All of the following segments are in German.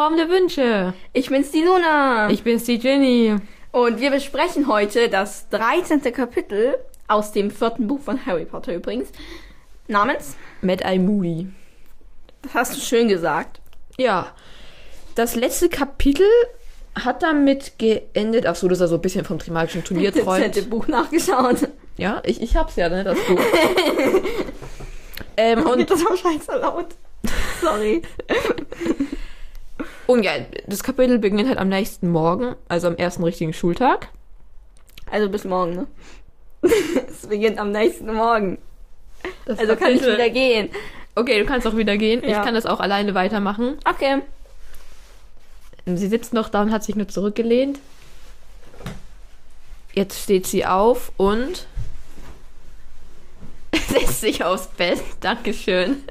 Wünsche. Ich bin's, die Luna. Ich bin's, die Jenny. Und wir besprechen heute das 13. Kapitel aus dem vierten Buch von Harry Potter übrigens. Namens? Mad Eye Moody. Das hast du schön gesagt. Ja. Das letzte Kapitel hat damit geendet. Ach so, das ist ja so ein bisschen vom Trimagischen Turnier Dezente träumt. Buch nachgeschaut. Ja, ich, ich hab's ja, ne, das Buch. ähm, und, das war scheiße laut. Sorry. und ja, das Kapitel beginnt halt am nächsten Morgen, also am ersten richtigen Schultag. Also bis morgen, ne? es beginnt am nächsten Morgen. Das Also kann ich Kapitel- wieder gehen. Okay, du kannst auch wieder gehen. Ja. Ich kann das auch alleine weitermachen. Okay. Sie sitzt noch da und hat sich nur zurückgelehnt. Jetzt steht sie auf und setzt sich aufs Bett. Dankeschön.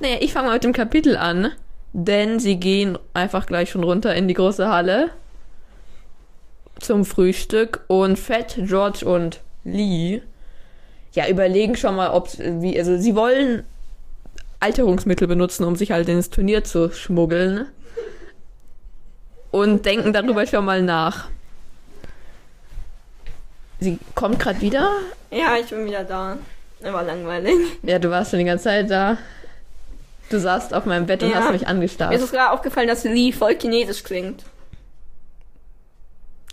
Naja, ich fange mal mit dem Kapitel an, denn sie gehen einfach gleich schon runter in die große Halle zum Frühstück und Fett, George und Lee ja überlegen schon mal, ob wie also sie wollen Alterungsmittel benutzen, um sich halt ins Turnier zu schmuggeln und denken darüber schon mal nach. Sie kommt gerade wieder. Ja, ich bin wieder da. Immer langweilig. Ja, du warst schon die ganze Zeit da. Du saßt auf meinem Bett und Ja. hast mich Mir ist angestarrt. es gerade aufgefallen, dass Lee voll chinesisch klingt.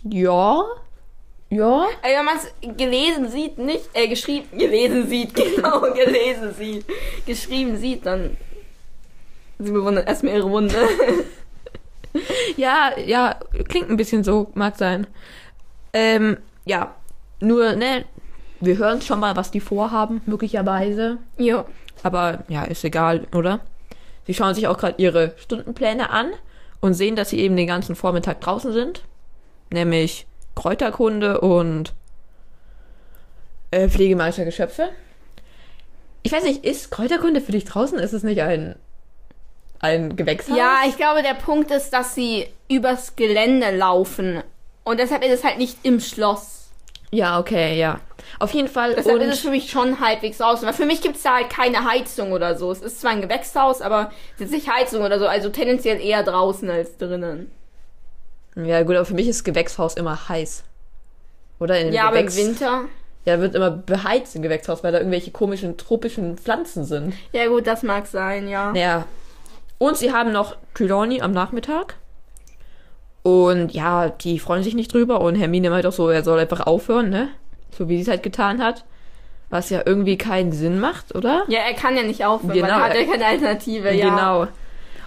Ja. Ja. Also wenn man es gelesen sieht, nicht, äh, geschrieben, gelesen sieht, genau, gelesen sieht, geschrieben sieht, dann sie bewundert erstmal ihre Wunde. Ja, ja, klingt ein bisschen so, mag sein. Ähm, ja. Nur, ne, wir hören schon mal, was die vorhaben, möglicherweise. jo. Aber ja, ist egal, oder? Sie schauen sich auch gerade ihre Stundenpläne an und sehen, dass sie eben den ganzen Vormittag draußen sind. Nämlich Kräuterkunde und äh, Pflege magischer Geschöpfe. Ich weiß nicht, ist Kräuterkunde für dich draußen? Ist es nicht ein, ein Gewächshaus? Ja, ich glaube, der Punkt ist, dass sie übers Gelände laufen. Und deshalb ist es halt nicht im Schloss. Ja, okay, ja. Auf jeden Fall. Deshalb und ist es für mich schon halbwegs draußen. Weil für mich gibt's da halt keine Heizung oder so. Es ist zwar ein Gewächshaus, aber es ist nicht Heizung oder so. Also tendenziell eher draußen als drinnen. ja, gut, aber für mich ist Gewächshaus immer heiß. Oder? In dem Ja, aber im Gewächs- Winter. Ja, wird immer beheizt im Gewächshaus, weil da irgendwelche komischen tropischen Pflanzen sind. Ja gut, das mag sein, ja. Naja. Und sie haben noch Trelawney am Nachmittag. Und ja, die freuen sich nicht drüber. Und Hermine meint auch so, er soll einfach aufhören, ne? So wie sie es halt getan hat. Was ja irgendwie keinen Sinn macht, oder? Ja, er kann ja nicht aufhören, Genau, weil er hat ja er- keine Alternative, ja. Genau.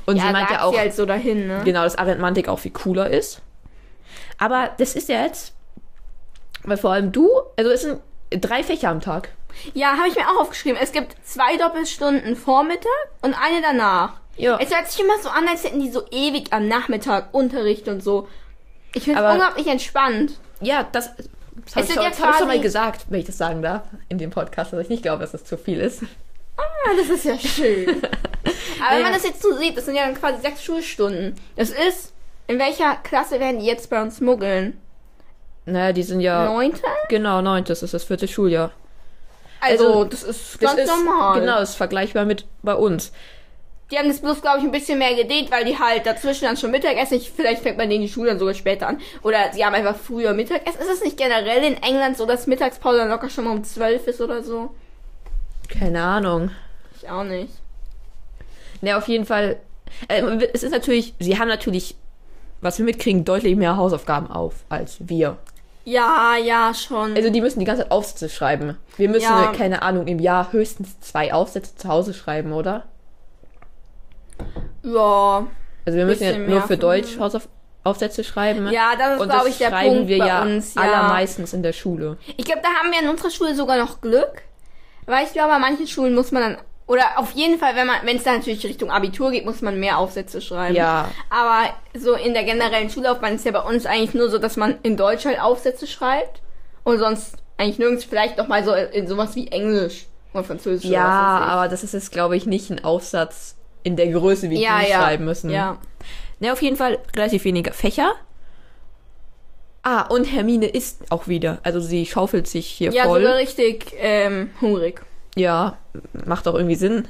Und Ja, sie meint ja sagt auch, sie halt so dahin, ne? genau, dass Arithmantik auch viel cooler ist. Aber das ist ja jetzt, weil vor allem du, also es sind drei Fächer am Tag. Ja, habe ich mir auch aufgeschrieben. Es gibt zwei Doppelstunden Vormittag und eine danach. Ja. Es hört sich immer so an, als hätten die so ewig am Nachmittag Unterricht und so. Ich finde es Aber- unglaublich entspannt. Ja, das, das habe Es ich, sind schon- ja das hab ich schon mal quasi- gesagt, wenn ich das sagen darf, in dem Podcast, dass ich nicht glaube, dass das zu viel ist. Ah, das ist ja schön. Aber wenn Ja. man das jetzt so sieht, das sind ja dann quasi sechs Schulstunden. Das ist, in welcher Klasse werden die jetzt bei uns muggeln? Naja, Ne, die sind ja. Neunte? Genau, neuntes ist das vierte Schuljahr. Also, Also, das ist Das ganz ist, normal. Genau, ist vergleichbar mit bei uns. Die haben das bloß, glaube ich, ein bisschen mehr gedehnt, weil die halt dazwischen dann schon Mittagessen. Ich, vielleicht fängt man denen die Schule dann sogar später an. Oder sie haben einfach früher Mittagessen. Ist es nicht generell in England so, dass Mittagspause dann locker schon mal um zwölf ist oder so? Keine Ahnung. Ich auch nicht. Na, auf jeden Fall. Ähm, es ist natürlich, sie haben natürlich, was wir mitkriegen, deutlich mehr Hausaufgaben auf als wir. Ja, ja, schon. Also die müssen die ganze Zeit Aufsätze schreiben. Wir müssen, Ja. äh, keine Ahnung, im Jahr höchstens zwei Aufsätze zu Hause schreiben, oder? ja. Also wir müssen ja Bisschen nur mehr für von- Deutsch Hausauf Aufsätze schreiben. Ja, das ist, Und das glaube ich, der schreiben Punkt wir bei ja uns. Ja. allermeistens in der Schule. Ich glaube, da haben wir in unserer Schule sogar noch Glück. Weil ich glaube, an manchen Schulen muss man dann. Oder auf jeden Fall, wenn man, wenn es dann natürlich Richtung Abitur geht, muss man mehr Aufsätze schreiben. Ja. Aber so in der generellen Schullaufbahn ist ja bei uns eigentlich nur so, dass man in Deutsch halt Aufsätze schreibt und sonst eigentlich nirgends vielleicht noch mal so in sowas wie Englisch oder Französisch. Ja, oder aber das ist jetzt, glaube ich, nicht ein Aufsatz in der Größe, wie was weiß ich. ja, die ja. schreiben müssen. Ja. Ne, auf jeden Fall relativ wenige Fächer. Ah, und Hermine isst auch wieder. Also sie schaufelt sich hier ja, voll. sogar richtig ähm, hungrig. Ja, macht auch irgendwie Sinn.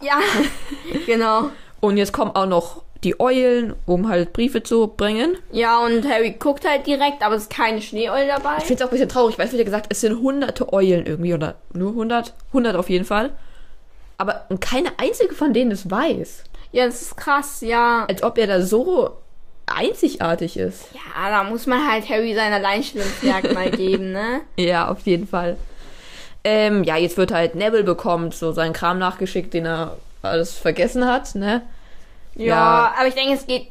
Ja, genau. Und jetzt kommen auch noch die Eulen, um halt Briefe zu bringen. Ja, und Harry guckt halt direkt, aber es ist keine Schneeeule dabei. Ich finde es auch ein bisschen traurig, weil es wird ja gesagt, es sind hunderte Eulen irgendwie oder nur 100, 100 auf jeden Fall. Aber keine einzige von denen es weiß. Ja, das ist krass, ja. Als ob er da so einzigartig ist. Ja, da muss man halt Harry sein Alleinstellungsmerkmal geben, ne? Ja, auf jeden Fall. Ähm, ja, jetzt wird halt Neville bekommt so seinen Kram nachgeschickt, den er alles vergessen hat, ne? Ja, Ja. aber ich denke, es geht.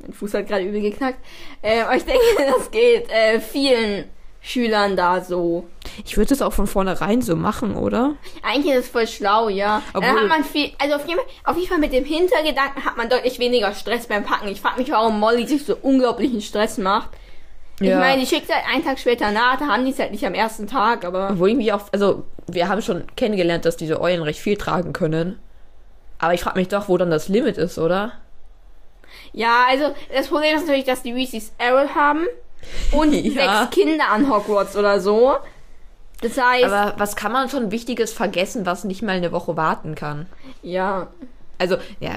Mein Fuß hat gerade übel geknackt. Ähm, aber ich denke, das geht äh, vielen Schülern da so. Ich würde es auch von vornherein so machen, oder? Eigentlich ist es voll schlau, ja. Dann Obwohl- hat man viel, also auf jeden, Fall, auf jeden Fall mit dem Hintergedanken hat man deutlich weniger Stress beim Packen. Ich frage mich, warum Molly sich so unglaublichen Stress macht. Ich meine, die schickt halt einen Tag später nach, da haben die es halt nicht am ersten Tag, aber Obwohl ich mich auch, also wir haben schon kennengelernt, dass diese Eulen recht viel tragen können. Aber ich frage mich doch, wo dann das Limit ist, oder? ja, also das Problem ist natürlich, dass die Weasleys Errol haben und Ja. sechs Kinder an Hogwarts oder so. Das heißt, Aber was kann man schon Wichtiges vergessen, was nicht mal eine Woche warten kann? ja, Also, ja,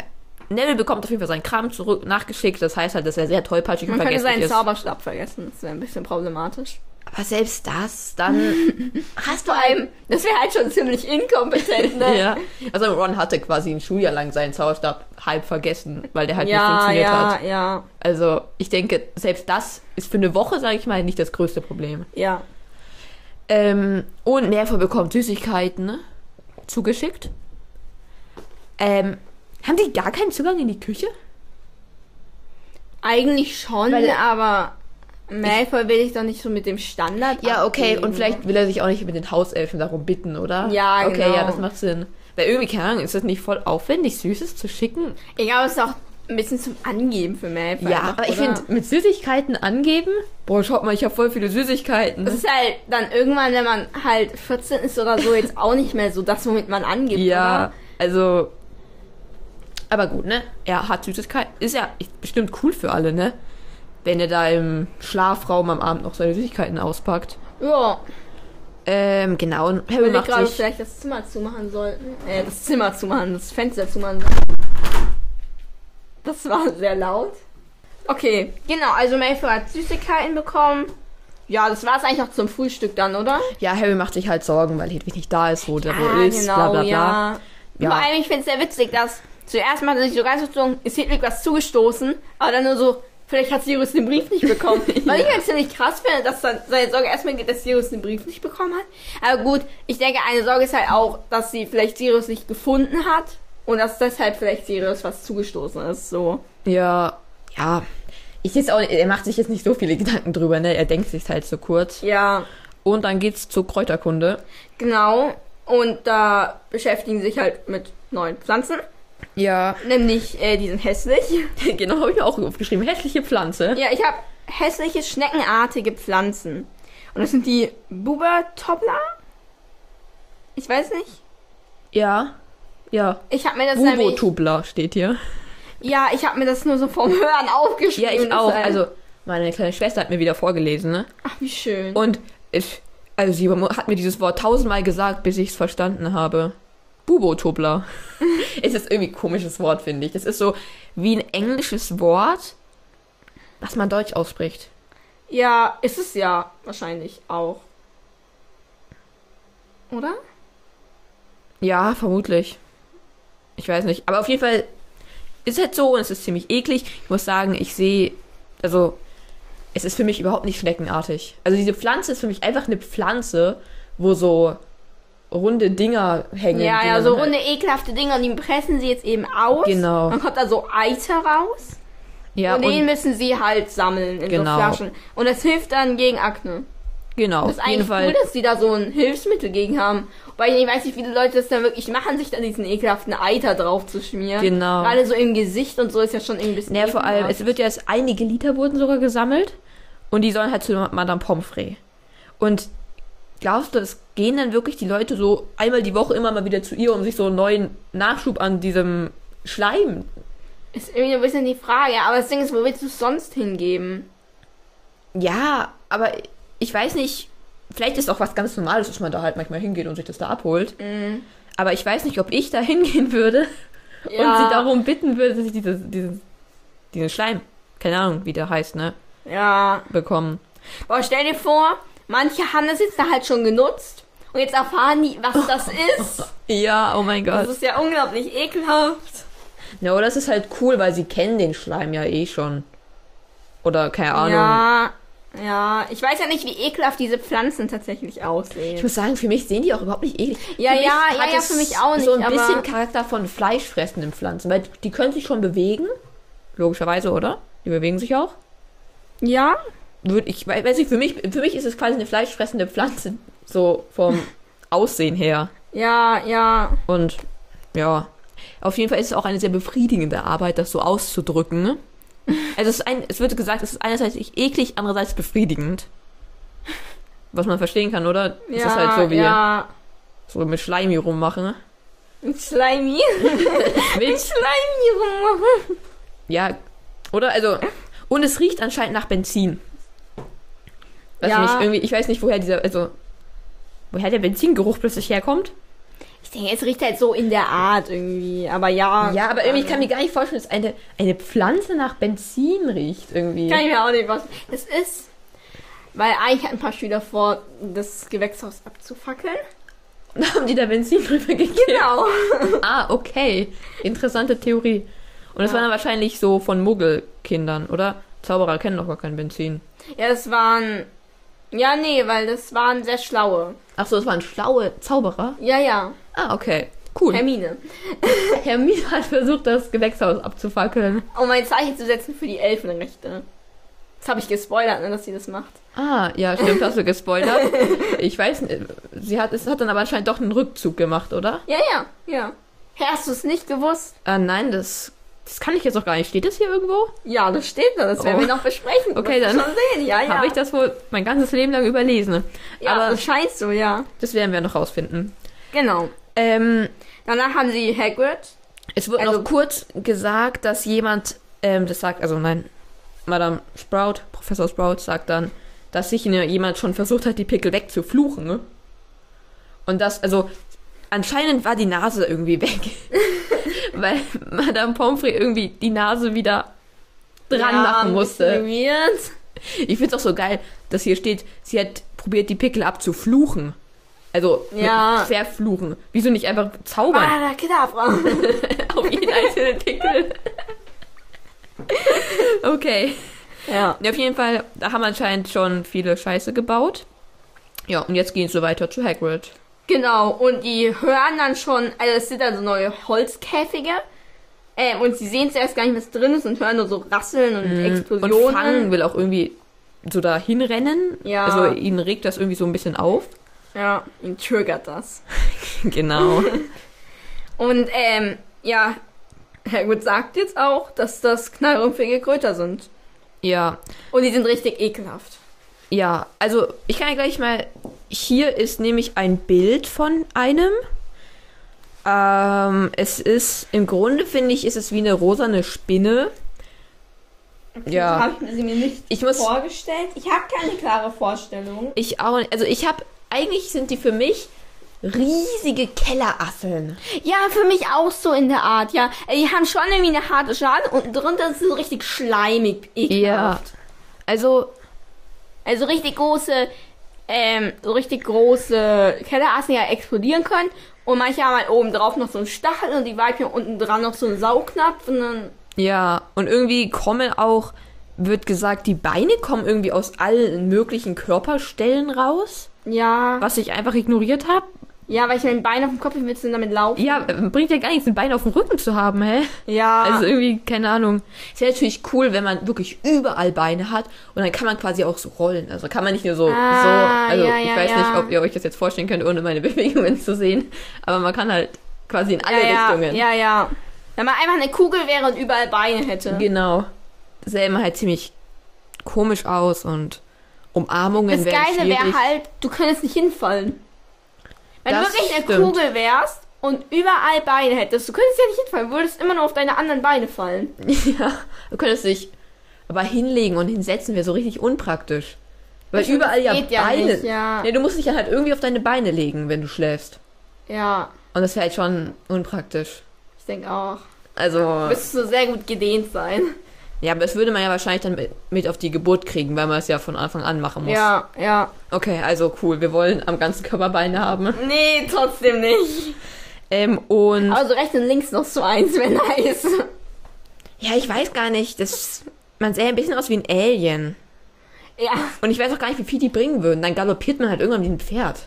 Neville bekommt auf jeden Fall seinen Kram zurück nachgeschickt. Das heißt halt, dass er sehr tollpatschig man und könnte vergesslich seinen ist. Zauberstab vergessen. Das wäre ein bisschen problematisch. Aber selbst das, dann hast du Vor allem, das wäre halt schon ziemlich inkompetent, ne? Ja. Also Ron hatte quasi ein Schuljahr lang seinen Zauberstab halb vergessen, weil der halt nicht ja, funktioniert ja, hat. ja, Also ich denke, selbst das ist für eine Woche, sage ich mal, nicht das größte Problem. ja. Ähm, und Nerve bekommt Süßigkeiten ne? zugeschickt. Ähm, haben die gar keinen Zugang in die Küche? Eigentlich schon, Weil- aber Malfoy will ich doch nicht so mit dem Standard. Ja, okay. abgeben. Und vielleicht will er sich auch nicht mit den Hauselfen darum bitten, oder? Ja, Okay, genau. ja, das macht Sinn. Weil irgendwie, keine Ahnung, ist das nicht voll aufwendig, Süßes zu schicken? Ich glaube, es ist auch ein bisschen zum Angeben für Malfoy. Ja, einfach, aber ich oder? finde, mit Süßigkeiten angeben. Boah, schaut mal, ich habe voll viele Süßigkeiten. Es ist halt dann irgendwann, wenn man halt 14 ist oder so, jetzt auch nicht mehr so das, womit man angibt. ja, Oder? also. Aber gut, ne? Er hat Süßigkeiten. Ist ja ich- bestimmt cool für alle, ne? Wenn er da im Schlafraum am Abend noch seine Süßigkeiten auspackt. Ja, Ähm, genau. Und Harry wenn wir macht gerade sich. vielleicht das Zimmer zumachen sollten. Äh, das Zimmer zumachen, das Fenster zumachen sollten. Das war sehr laut. Okay, genau, also Malfoy hat Süßigkeiten bekommen. Ja, das war es eigentlich auch zum Frühstück dann, oder? Ja, Harry macht sich halt Sorgen, weil Hedwig nicht da ist, wo der Ah, wohl ist, bla bla bla. Ja. Ja. Vor allem, ich finde es sehr witzig, dass zuerst mal sich so ganz so ist Hedwig was zugestoßen, aber dann nur so, vielleicht hat Sirius den Brief nicht bekommen. Weil ich halt ziemlich krass finde, dass dann seine Sorge erstmal geht, dass Sirius den Brief nicht bekommen hat. Aber gut, ich denke, eine Sorge ist halt auch, dass sie vielleicht Sirius nicht gefunden hat und dass deshalb vielleicht Sirius was zugestoßen ist, so. Ja, ja. Ich jetzt auch, er macht sich jetzt nicht so viele Gedanken drüber, ne? Er denkt sich halt so kurz. Ja, Und dann geht's zur Kräuterkunde. genau. Und da beschäftigen sie sich halt mit neuen Pflanzen, Ja. nämlich äh, die sind hässlich. genau, habe ich mir auch aufgeschrieben. Hässliche Pflanze. Ja, ich habe hässliche schneckenartige Pflanzen. Und das sind die Bubertoppler? Ich weiß nicht. Ja. Ja. Ich habe mir das nämlich, Bubotubler steht hier. Ja, ich habe mir das nur so vom Hören Ja, aufgeschrieben. ich auch. deshalb. Also, meine kleine Schwester hat mir wieder vorgelesen, ne? ach, wie schön. Und ich, also sie hat mir dieses Wort tausendmal gesagt, bis ich es verstanden habe. Bubotubler. es ist irgendwie ein komisches Wort, finde ich. Das ist so wie ein englisches Wort, was man deutsch ausspricht. ja, ist es ja wahrscheinlich auch. Oder? Ja, vermutlich. Ich weiß nicht. Aber auf jeden Fall ist halt so und es ist ziemlich eklig. Ich muss sagen, ich sehe, also es ist für mich überhaupt nicht schneckenartig. Also diese Pflanze ist für mich einfach eine Pflanze, wo so runde Dinger hängen. Ja, die ja, man so halt- runde ekelhafte Dinger und die pressen sie jetzt eben aus. Genau. Dann kommt da so Eiter raus. Ja, und und den müssen sie halt sammeln in Genau. so Flaschen. Und das hilft dann gegen Akne. genau. Das ist auf jeden eigentlich Fall. cool, dass die da so ein Hilfsmittel gegen haben. Wobei ich nicht weiß, wie viele Leute das dann wirklich machen, sich dann diesen ekelhaften Eiter drauf zu schmieren. Genau. Gerade so im Gesicht und so ist ja schon irgendwie ein bisschen. Ja, vor allem, ekelhaft. es wird ja jetzt einige Liter wurden sogar gesammelt und die sollen halt zu Madame Pomfrey. Und glaubst du, es gehen dann wirklich die Leute so einmal die Woche immer mal wieder zu ihr, um sich so einen neuen Nachschub an diesem Schleim? Ist irgendwie ein bisschen die Frage. Aber das Ding ist, wo willst du es sonst hingeben? Ja, aber ich weiß nicht, vielleicht ist auch was ganz Normales, Mhm. dass man da halt manchmal hingeht und sich das da abholt. Aber ich weiß nicht, ob ich da hingehen würde und Ja. sie darum bitten würde, dass ich dieses, dieses, diesen Schleim, keine Ahnung, wie der heißt, ne, Ja. bekommen. Boah, stell dir vor, manche haben das jetzt da halt schon genutzt und jetzt erfahren die, was das ist. Ja, oh mein Das Gott. ist ja unglaublich ekelhaft. Ja, aber das ist halt cool, weil sie kennen den Schleim ja eh schon. Oder keine Ahnung. Ja. Ja, ich weiß ja nicht, wie ekelhaft diese Pflanzen tatsächlich Ich aussehen. muss sagen, für mich sehen die auch überhaupt nicht eklig. Ja, für mich ja, ja, hat ja, es für mich auch So ein nicht, bisschen aber- Charakter von fleischfressenden Pflanzen, weil die können sich schon bewegen. Logischerweise, oder? Die bewegen sich auch. Ja? Würde ich, we- weiß ich, für mich, für mich ist es quasi eine fleischfressende Pflanze. So vom Aussehen her. Ja, ja. Und ja, auf jeden Fall ist es auch eine sehr befriedigende Arbeit, das so auszudrücken. ne? Also es, ist ein, es wird gesagt, es ist einerseits eklig, andererseits befriedigend. Was man verstehen kann, oder? Es ja, ist halt so wie Ja. so mit Schleim hier rummachen. ne? Mit Slimy. Mit Mit, Slimy rummachen. ja, oder? Also, und es riecht anscheinend nach Benzin. Weiß Ja. nicht, irgendwie, ich weiß nicht, woher dieser, also, woher der Benzingeruch plötzlich herkommt. Ich denke, es riecht halt so in der Art irgendwie. Aber ja. Ähm, Ja, aber irgendwie, ich kann mir gar nicht vorstellen, dass eine, eine Pflanze nach Benzin riecht, irgendwie. Kann ich mir auch nicht was. Es ist. Weil eigentlich hatten ein paar Schüler vor, das Gewächshaus abzufackeln. Da haben die da Benzin drüber gegeben. Genau. Ah, okay. Interessante Theorie. Und das Ja. waren dann wahrscheinlich so von Muggelkindern, oder? Zauberer kennen doch gar kein Benzin. Ja, das waren. Ja, nee, weil das waren sehr schlaue. Ach so, das waren schlaue Zauberer. Ja, ja. Ah, okay. Cool. Hermine. Hermine hat versucht, das Gewächshaus abzufackeln. Um ein Zeichen zu setzen für die Elfenrechte. Das habe ich gespoilert, ne, dass sie das macht. Ah, ja, stimmt, hast du gespoilert. Ich weiß nicht, sie hat, es hat dann aber anscheinend doch einen Rückzug gemacht, oder? Ja, ja, ja. Hä, Hast du es nicht gewusst? Ah, nein, das, das kann ich jetzt auch gar nicht. Steht das hier irgendwo? Ja, das steht da. Das werden Oh. wir noch besprechen. Okay, Das wirst du dann Schon sehen. Ja, ja. Habe ich das wohl mein ganzes Leben lang überlesen. ja, aber- das scheinst du, ja. Das werden wir noch rausfinden. Genau. Ähm, Danach haben sie Hagrid. Es wird Also- noch kurz gesagt, dass jemand, ähm, das sagt, also nein, Madame Sprout, Professor Sprout sagt dann, dass sich ne- jemand schon versucht hat, die Pickel wegzufluchen, ne? Und das, also, anscheinend war die Nase irgendwie weg. weil Madame Pomfrey irgendwie die Nase wieder dran ja, machen ein bisschen musste. Weird. Ich find's auch so geil, dass hier steht, sie hat probiert, die Pickel abzufluchen. Also, mit Ja. verfluchen. Wieso nicht einfach zaubern? Ah, Kadabra. auf jeden einzelnen Pickel. Okay. Ja. Ja, auf jeden Fall, da haben anscheinend schon viele Scheiße gebaut. Ja, und jetzt gehen sie weiter zu Hagrid. Genau, und die hören dann schon, also es sind dann so neue Holzkäfige. Ähm, und sie sehen zuerst gar nicht, was drin ist und hören nur so Rasseln und Hm. Mhm. Und Explosionen. Fang will auch irgendwie so dahin rennen. Ja. Also ihn regt das irgendwie so ein bisschen auf. Ja, ihn triggert das. genau. Und ähm, ja, Hagrid sagt jetzt auch, dass das knallrumpfige Kröter sind. Ja, Und die sind richtig ekelhaft. ja. Also ich kann ja gleich mal. Hier ist nämlich ein Bild von einem. Ähm, es ist im Grunde finde ich, ist es wie eine rosane Spinne. Ja. So habe ich sie mir nicht Ich muss vorgestellt. Ich habe keine klare Vorstellung. Ich auch nicht. Also ich habe, eigentlich sind die für mich riesige Kellerasseln. Ja, für mich auch so in der Art, ja. Die haben schon irgendwie eine harte Schale und drunter ist es richtig schleimig ekelhaft. Also, Also richtig große, ähm, so richtig große Kellerassen die ja explodieren können. Und manche haben halt oben drauf noch so einen Stachel und die Weibchen unten dran noch so einen Saugnapf und dann. ja. Und irgendwie kommen auch, wird gesagt, die Beine kommen irgendwie aus allen möglichen Körperstellen raus, Ja. was ich einfach ignoriert habe. Ja, weil ich mein Bein auf dem Kopf hab, willst du denn damit laufen? Ja, äh, bringt ja gar nichts, ein Bein auf dem Rücken zu haben, hä? Ja. Also irgendwie, keine Ahnung. Es wäre natürlich cool, wenn man wirklich überall Beine hat und dann kann man quasi auch so rollen. Also kann man nicht nur so, Ah, so. Also ja, ich ja, weiß ja. nicht, ob ihr euch das jetzt vorstellen könnt, ohne meine Bewegungen zu sehen. Aber man kann halt quasi in alle ja, Richtungen. Ja, ja, ja. Wenn man einfach eine Kugel wäre und überall Beine hätte. Genau. Sähe immer halt ziemlich komisch aus und Umarmungen das wären Geile schwierig. wäre halt, du könntest nicht hinfallen. Wenn Das du wirklich eine stimmt. Kugel wärst und überall Beine hättest, du könntest ja nicht hinfallen, würdest immer nur auf deine anderen Beine fallen. ja, du könntest dich aber hinlegen und hinsetzen wäre so richtig unpraktisch. Weil Das stimmt, überall ja das Beine. geht ja nicht, ja. Nee, du musst dich dann halt irgendwie auf deine Beine legen, wenn du schläfst. Ja, Und das wäre halt schon unpraktisch. ich denke auch. Also, Müsstest du sehr gut gedehnt sein. ja, aber das würde man ja wahrscheinlich dann mit- mit auf die Geburt kriegen, weil man es ja von Anfang an machen muss. Ja, ja. Okay, also cool. Wir wollen am ganzen Körper Beine haben. Nee, trotzdem nicht. Ähm, und. Also rechts und links noch zu eins, wenn nice. Ja, ich weiß gar nicht. Das, man sähe ein bisschen aus wie ein Alien. Ja, Und ich weiß auch gar nicht, wie viel die bringen würden. Dann galoppiert man halt irgendwann wie ein Pferd.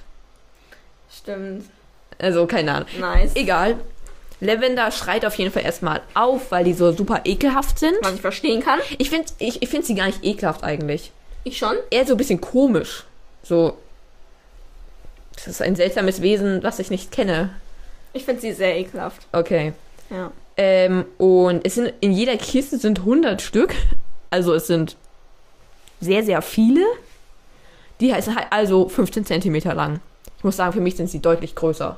stimmt. Also, keine Ahnung. Nice. Egal. Lavender schreit auf jeden Fall erstmal auf, weil die so super ekelhaft sind. Was ich verstehen kann. Ich finde ich, ich find sie gar nicht ekelhaft eigentlich. Ich schon. Eher so ein bisschen komisch. So. Das ist ein seltsames Wesen, was ich nicht kenne. Ich finde sie sehr ekelhaft. Okay. Ja. Ähm, und es sind, in jeder Kiste sind 100 Stück. Also es sind sehr, sehr viele. Die heißen halt also 15 Zentimeter lang. Ich muss sagen, für mich sind sie deutlich größer.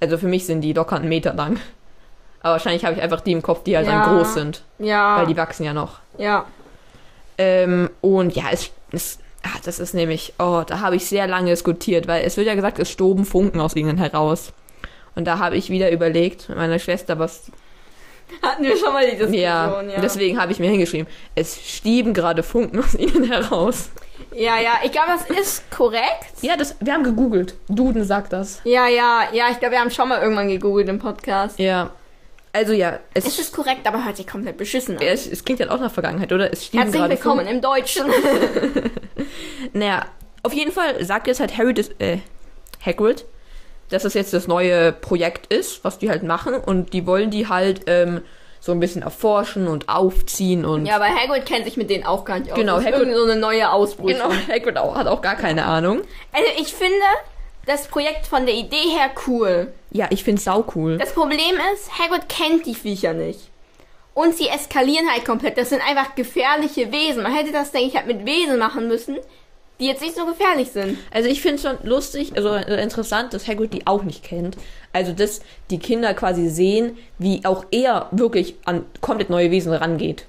Also für mich sind die locker einen Meter lang. Aber wahrscheinlich habe ich einfach die im Kopf, die halt dann Ja. Ah. groß sind. Ja. Weil die wachsen ja noch. ja. Ähm, und ja, es, es ah, das ist nämlich, oh, da habe ich sehr lange diskutiert, weil es wird ja gesagt, es stoben Funken aus ihnen heraus. Und da habe ich wieder überlegt mit meiner Schwester, was Hatten wir schon mal die Diskussion, ja, ja. deswegen habe ich mir hingeschrieben, es stieben gerade Funken aus ihnen heraus. Ja, ja, ich glaube, das ist korrekt. Ja, das, wir haben gegoogelt. Duden sagt das. Ja, ja, ja, ich glaube, wir haben schon mal irgendwann gegoogelt im Podcast. Ja. Also ja, es, Es es, ist korrekt, aber hört sich komplett beschissen an. es, klingt halt auch nach Vergangenheit, oder? Es stieben Herzlich gerade willkommen Funken. im Deutschen. Naja, auf jeden Fall sagt jetzt halt Harry, das, äh, Hagrid, dass das jetzt das neue Projekt ist, was die halt machen. Und die wollen die halt ähm, so ein bisschen erforschen und aufziehen und... Ja, aber Hagrid kennt sich mit denen auch gar nicht aus. Genau, das ist Hagrid- irgend so eine neue Ausbrüche. Genau, Hagrid auch, hat auch gar keine Ahnung. Also ich finde das Projekt von der Idee her cool. Ja, ich find's sau cool. Das Problem ist, Hagrid kennt die Viecher nicht. Und sie eskalieren halt komplett. Das sind einfach gefährliche Wesen. Man hätte das, denke ich, halt mit Wesen machen müssen, die jetzt nicht so gefährlich sind. Also ich finde es schon lustig, also äh, interessant, dass Hagrid die auch nicht kennt. Also dass die Kinder quasi sehen, wie auch er wirklich an komplett neue Wesen rangeht.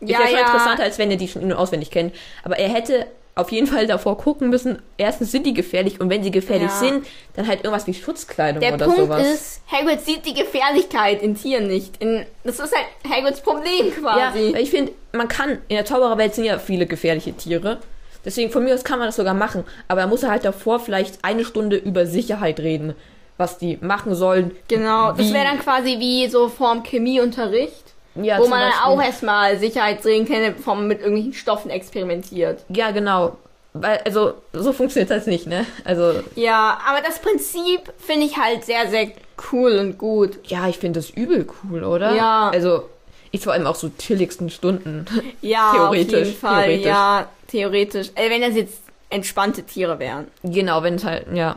Ja, ist ja, schon interessanter, als wenn er die schon in- und auswendig kennt. Aber er hätte auf jeden Fall davor gucken müssen, erstens sind die gefährlich und wenn sie gefährlich Ja. sind, dann halt irgendwas wie Schutzkleidung Der oder Punkt sowas. ist, Hagrid sieht die Gefährlichkeit in Tieren nicht. In, das ist halt Hagrids Problem ja, quasi. weil ich finde, man kann, in der Zaubererwelt sind ja viele gefährliche Tiere. Deswegen von mir aus kann man das sogar machen. Aber er muss halt davor vielleicht eine Stunde über Sicherheit reden, was die machen sollen. genau, das Wie- wäre dann quasi wie so vorm Chemieunterricht, Ja, wo zum man dann Beispiel. auch erstmal Sicherheitsregeln kennt, bevor man mit irgendwelchen Stoffen experimentiert. Ja, genau. Weil, also, so funktioniert das nicht, ne? Also, Ja, aber das Prinzip finde ich halt sehr, sehr cool und gut. ja, ich finde das übel cool, oder? Ja. Also, ich vor allem auch so chilligsten Stunden. Ja, Theoretisch, auf jeden Fall. theoretisch. Ja, theoretisch. Äh, wenn das jetzt entspannte Tiere wären. genau, wenn es halt, ja.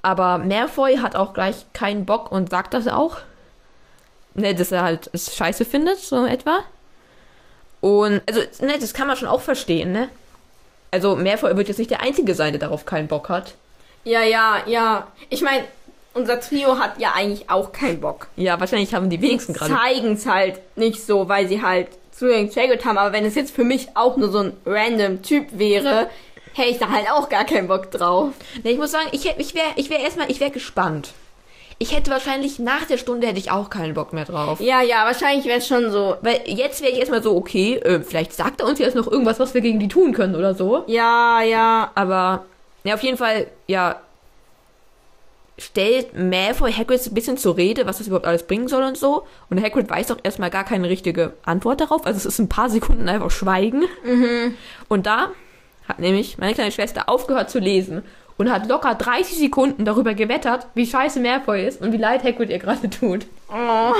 Aber Malfoy hat auch gleich keinen Bock und sagt das auch. Ne, dass er halt es scheiße findet, so etwa. Und, also, ne, das kann man schon auch verstehen, ne? Also, Malfoy wird jetzt nicht der Einzige sein, der darauf keinen Bock hat. Ja, ja, ja. Ich meine, unser Trio hat ja eigentlich auch keinen Bock. Ja, wahrscheinlich haben die wenigsten gerade zeigen es halt nicht so, weil sie halt Zugang zu Hagrid haben. Aber wenn es jetzt für mich auch nur so ein random Typ wäre, hätte ich da halt auch gar keinen Bock drauf. Ne, ich muss sagen, ich, hätt- ich wäre ich wär erstmal, ich wäre gespannt. Ich hätte wahrscheinlich nach der Stunde hätte ich auch keinen Bock mehr drauf. Ja, ja, wahrscheinlich wäre es schon so. Weil jetzt wäre ich erstmal so, okay, äh, vielleicht sagt er uns jetzt noch irgendwas, was wir gegen die tun können oder so. Ja, ja. Aber, ja, auf jeden Fall, ja, stellt Malfoy Hagrid ein bisschen zur Rede, was das überhaupt alles bringen soll und so. Und Hagrid weiß auch erstmal gar keine richtige Antwort darauf. Also es ist ein paar Sekunden einfach Schweigen. Und da hat nämlich meine kleine Schwester aufgehört zu lesen und hat locker 30 Sekunden darüber gewettert, wie scheiße Malfoy ist und wie leid Hagrid ihr gerade tut. Oh.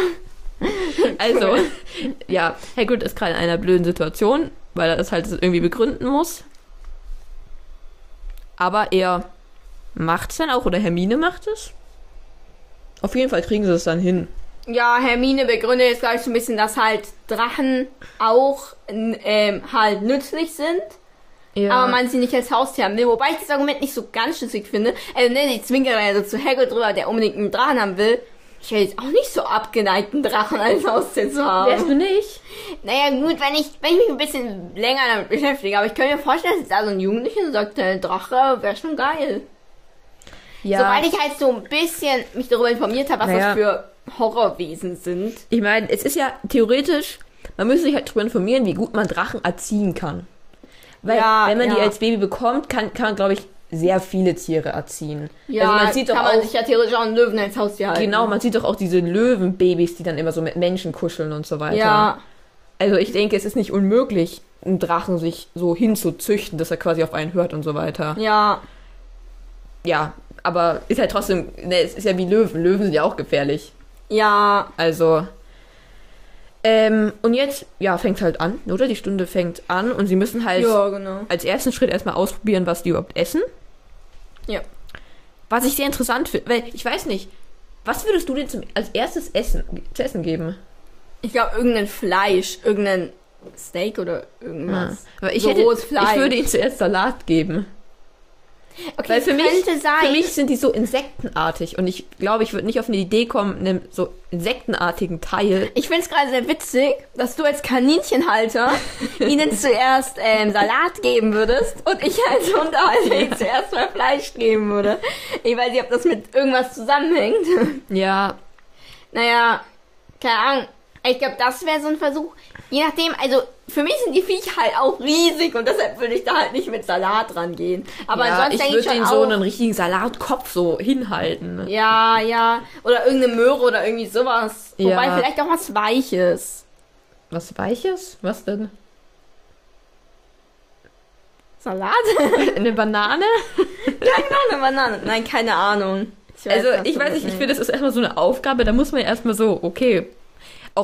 Also, ja, Hagrid ist gerade in einer blöden Situation, weil er das halt irgendwie begründen muss. Aber er macht's dann auch, oder Hermine macht es. Auf jeden Fall kriegen sie es dann hin. Ja, Hermine begründet jetzt, glaube ich, so ein bisschen, dass halt Drachen auch n- ähm, halt nützlich sind. Ja. aber man sie nicht als Haustier haben will. Wobei ich das Argument nicht so ganz schlüssig finde. Also, ne, die zwinkern ja so zu Hagrid drüber, der unbedingt einen Drachen haben will. Ich wäre jetzt auch nicht so abgeneigt, einen Drachen als Haustier zu haben. Wärst du nicht? Naja, gut, wenn ich, wenn ich mich ein bisschen länger damit beschäftige. Aber ich könnte mir vorstellen, dass jetzt also ein Jugendlicher sagt, der Drache wäre schon geil. Ja. Sobald ich halt so ein bisschen mich darüber informiert habe, was Naja. das für Horrorwesen sind. Ich meine, es ist ja theoretisch, man müsste sich halt darüber informieren, wie gut man Drachen erziehen kann. Weil Ja, wenn man die ja. als Baby bekommt, kann, kann man, glaube ich, sehr viele Tiere erziehen. Ja, also man sieht doch kann man auch, sich ja theoretisch auch einen Löwen ins Haustier halten. genau, man sieht doch auch diese Löwenbabys, die dann immer so mit Menschen kuscheln und so weiter. Ja, Also ich denke, es ist nicht unmöglich, einen Drachen sich so hinzuzüchten, dass er quasi auf einen hört und so weiter. ja. Ja, aber ist halt trotzdem, ne, es ist ja wie Löwen. Löwen sind ja auch gefährlich. Ja, Also. Ähm, und jetzt, ja, fängt halt an, oder? Die Stunde fängt an und sie müssen halt ja, genau. als ersten Schritt erstmal ausprobieren, was die überhaupt essen. Ja. Was ich sehr interessant finde, weil ich weiß nicht, was würdest du denn zum, als erstes essen, zu essen geben? Ich glaube, irgendein Fleisch, irgendein Steak oder irgendwas. Weil ich, So hätte, rohes Fleisch. ich würde ihnen zuerst Salat geben. Okay, Weil für mich, könnte sein. für mich sind die so insektenartig und ich glaube, ich würde nicht auf eine Idee kommen, einem so insektenartigen Teil. ich finde es gerade sehr witzig, dass du als Kaninchenhalter ihnen zuerst ähm, Salat geben würdest und ich als Hundehalter ihnen zuerst mal Fleisch geben würde. Ich weiß nicht, ob das mit irgendwas zusammenhängt. Ja, Naja, keine Ahnung. Ich glaube, das wäre so ein Versuch. Je nachdem, also für mich sind die Viecher halt auch riesig und deshalb würde ich da halt nicht mit Salat rangehen. Aber ja ansonsten ich denke ich würde schon denen auch, so einen richtigen Salatkopf so hinhalten. ne? Ja, ja. Oder irgendeine Möhre oder irgendwie sowas. Wobei Ja. vielleicht auch was Weiches. Was Weiches? Was denn? Salat? Eine Banane? ja, genau, eine Banane. Nein, keine Ahnung. Also, was ich du weiß nicht, ich meinst. finde, das ist erstmal so eine Aufgabe, da muss man ja erstmal so, okay.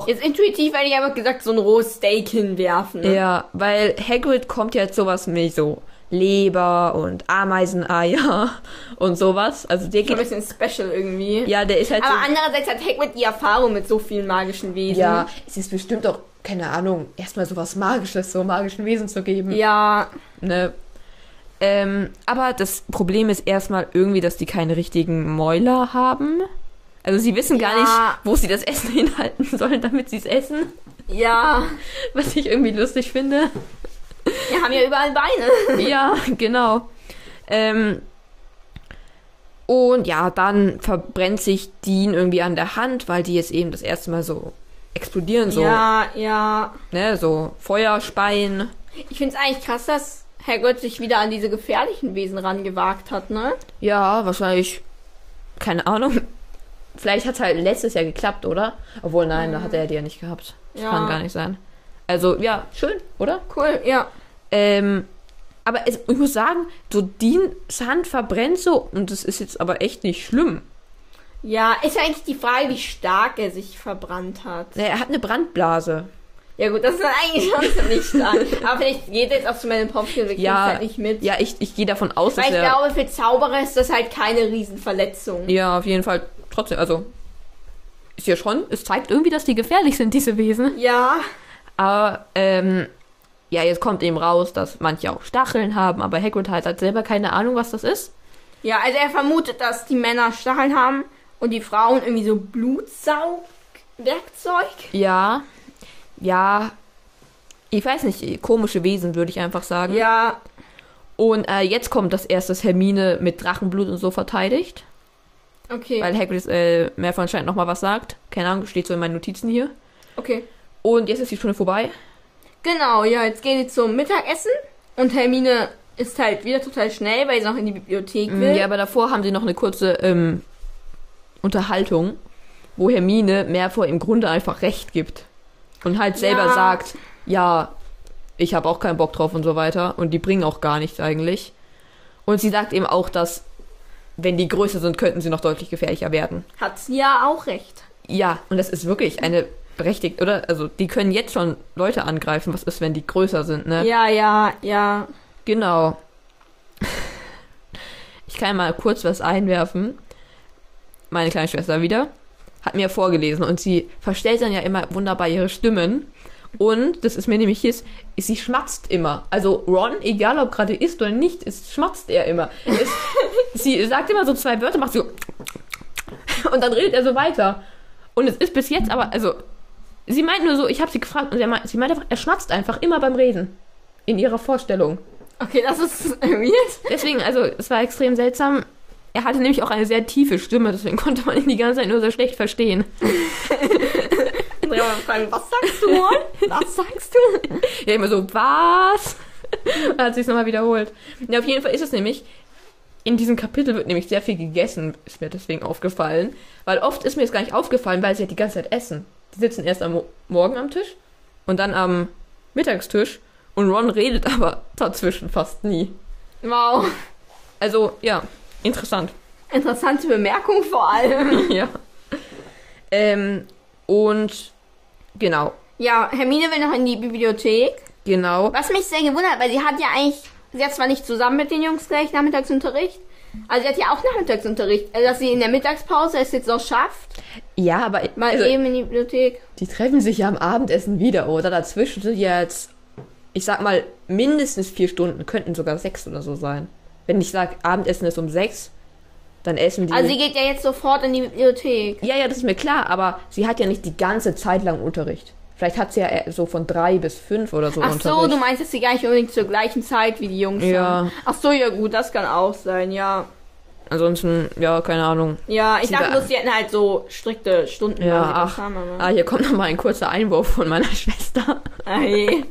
Jetzt intuitiv hätte ich einfach gesagt, so ein rohes Steak hinwerfen. ne? Ja, weil Hagrid kommt ja jetzt sowas mit so Leber und Ameiseneier und sowas. Also, der Schon geht. ein bisschen special irgendwie. Ja, der ist halt Aber so. andererseits hat Hagrid die Erfahrung mit so vielen magischen Wesen. Ja, es ist bestimmt auch, keine Ahnung, erstmal sowas Magisches, so magischen Wesen zu geben. Ja, Ne? Ähm, aber das Problem ist erstmal irgendwie, dass die keine richtigen Mäuler haben. Also sie wissen gar Ja. nicht, wo sie das Essen hinhalten sollen, damit sie es essen. ja. Was ich irgendwie lustig finde. Wir haben ja überall Beine. ja, genau. Ähm, und ja, dann verbrennt sich Dean irgendwie an der Hand, weil die jetzt eben das erste Mal so explodieren, so, Ja, ja. ne, so Feuer speien. Ich find's eigentlich krass, dass Hagrid sich wieder an diese gefährlichen Wesen rangewagt hat, ne? Ja, wahrscheinlich. Keine Ahnung. Vielleicht hat es halt letztes Jahr geklappt, oder? Obwohl, nein, da hat er die ja nicht gehabt. Das Ja. kann gar nicht sein. Also, ja, schön, oder? Cool, ja. Ähm, aber es, ich muss sagen, so Deans Hand verbrennt so und das ist jetzt aber echt nicht schlimm. Ja, ist ja eigentlich die Frage, wie stark er sich verbrannt hat. Ne, Er hat eine Brandblase. Ja gut, das ist dann eigentlich schon ziemlich stark. Aber vielleicht geht er jetzt auch zu meinem Pumpkin, wir ja. Ja, halt nicht mit. ja ich, ich gehe davon aus, dass Weil ich er. glaube, für Zauberer ist das halt keine Riesenverletzung. ja, auf jeden Fall trotzdem, also. Ist ja schon, es zeigt irgendwie, dass die gefährlich sind, diese Wesen. Ja, Aber, ähm, ja, jetzt kommt eben raus, dass manche auch Stacheln haben, aber Hagrid halt hat selber keine Ahnung, was das ist. ja, also er vermutet, dass die Männer Stacheln haben und die Frauen irgendwie so Blutsaugwerkzeug. Ja, ja, ich weiß nicht, komische Wesen, würde ich einfach sagen. Ja, Und äh, jetzt kommt das erste, dass Hermine mit Drachenblut und so verteidigt, okay. weil Hagrid äh, Malfoy anscheinend nochmal was sagt. Keine Ahnung, steht so in meinen Notizen hier. okay. Und jetzt ist die Stunde vorbei. Genau, ja, jetzt gehen die zum Mittagessen und Hermine ist halt wieder total schnell, weil sie noch in die Bibliothek will. Mm, Ja, aber davor haben sie noch eine kurze ähm, Unterhaltung, wo Hermine Malfoy im Grunde einfach recht gibt. Und halt selber Ja. sagt, ja, ich habe auch keinen Bock drauf und so weiter. Und die bringen auch gar nichts eigentlich. Und sie sagt eben auch, dass, wenn die größer sind, könnten sie noch deutlich gefährlicher werden. Hat sie ja auch recht. Ja, und das ist wirklich eine berechtigt, oder? Also, die können jetzt schon Leute angreifen. Was ist, wenn die größer sind, ne? Ja, ja, ja. Genau. Ich kann mal kurz was einwerfen. Meine kleine Schwester wieder hat mir vorgelesen und sie verstellt dann ja immer wunderbar ihre Stimmen. Und das ist mir nämlich hier, ist, sie schmatzt immer. Also Ron, egal ob gerade ist oder nicht, ist, schmatzt er immer. Es, sie sagt immer so zwei Wörter, macht so und dann redet er so weiter. Und es ist bis jetzt aber, also sie meint nur so, ich habe sie gefragt und er meint, sie meint einfach, er schmatzt einfach immer beim Reden. In ihrer Vorstellung. Okay, das ist weird. Deswegen, also, es war extrem seltsam. Er hatte nämlich auch eine sehr tiefe Stimme, deswegen konnte man ihn die ganze Zeit nur so schlecht verstehen. Andrea mal fragen, was sagst du, Mann? Was sagst du? Ja, immer so, was? Dann hat sich's nochmal wiederholt. Ja, auf jeden Fall ist es nämlich, in diesem Kapitel wird nämlich sehr viel gegessen, ist mir deswegen aufgefallen. Weil oft ist mir das gar nicht aufgefallen, weil sie ja die ganze Zeit essen. Die sitzen erst am Mo- Morgen am Tisch und dann am Mittagstisch und Ron redet aber dazwischen fast nie. Wow. Also, ja, interessant. Interessante Bemerkung vor allem. ja. Ähm, und genau, Ja, Hermine will noch in die Bibliothek. genau. Was mich sehr gewundert hat, weil sie hat ja eigentlich, sie hat zwar nicht zusammen mit den Jungs gleich Nachmittagsunterricht, aber sie hat ja auch Nachmittagsunterricht. Also, dass sie in der Mittagspause es jetzt auch schafft, Ja, aber mal also, eben in die Bibliothek. die treffen sich ja am Abendessen wieder, oder? Dazwischen sind jetzt, ich sag mal, mindestens vier Stunden, könnten sogar sechs oder so sein. Wenn ich sag, Abendessen ist um sechs, dann essen die. Also, sie geht ja jetzt sofort in die Bibliothek. ja, ja, das ist mir klar, aber sie hat ja nicht die ganze Zeit lang Unterricht. Vielleicht hat sie ja eher so von drei bis fünf oder so Ach Unterricht. so, du meinst, dass sie gar nicht unbedingt zur gleichen Zeit wie die Jungs Ja. haben. Ach so, ja gut, das kann auch sein, ja. Ansonsten, ja, keine Ahnung. Ja, ich Sie dachte war- bloß, sie hätten halt so strikte Stunden. ne? weil Ja, sie das ach. haben, aber- Ah, hier kommt nochmal ein kurzer Einwurf von meiner Schwester. Ei.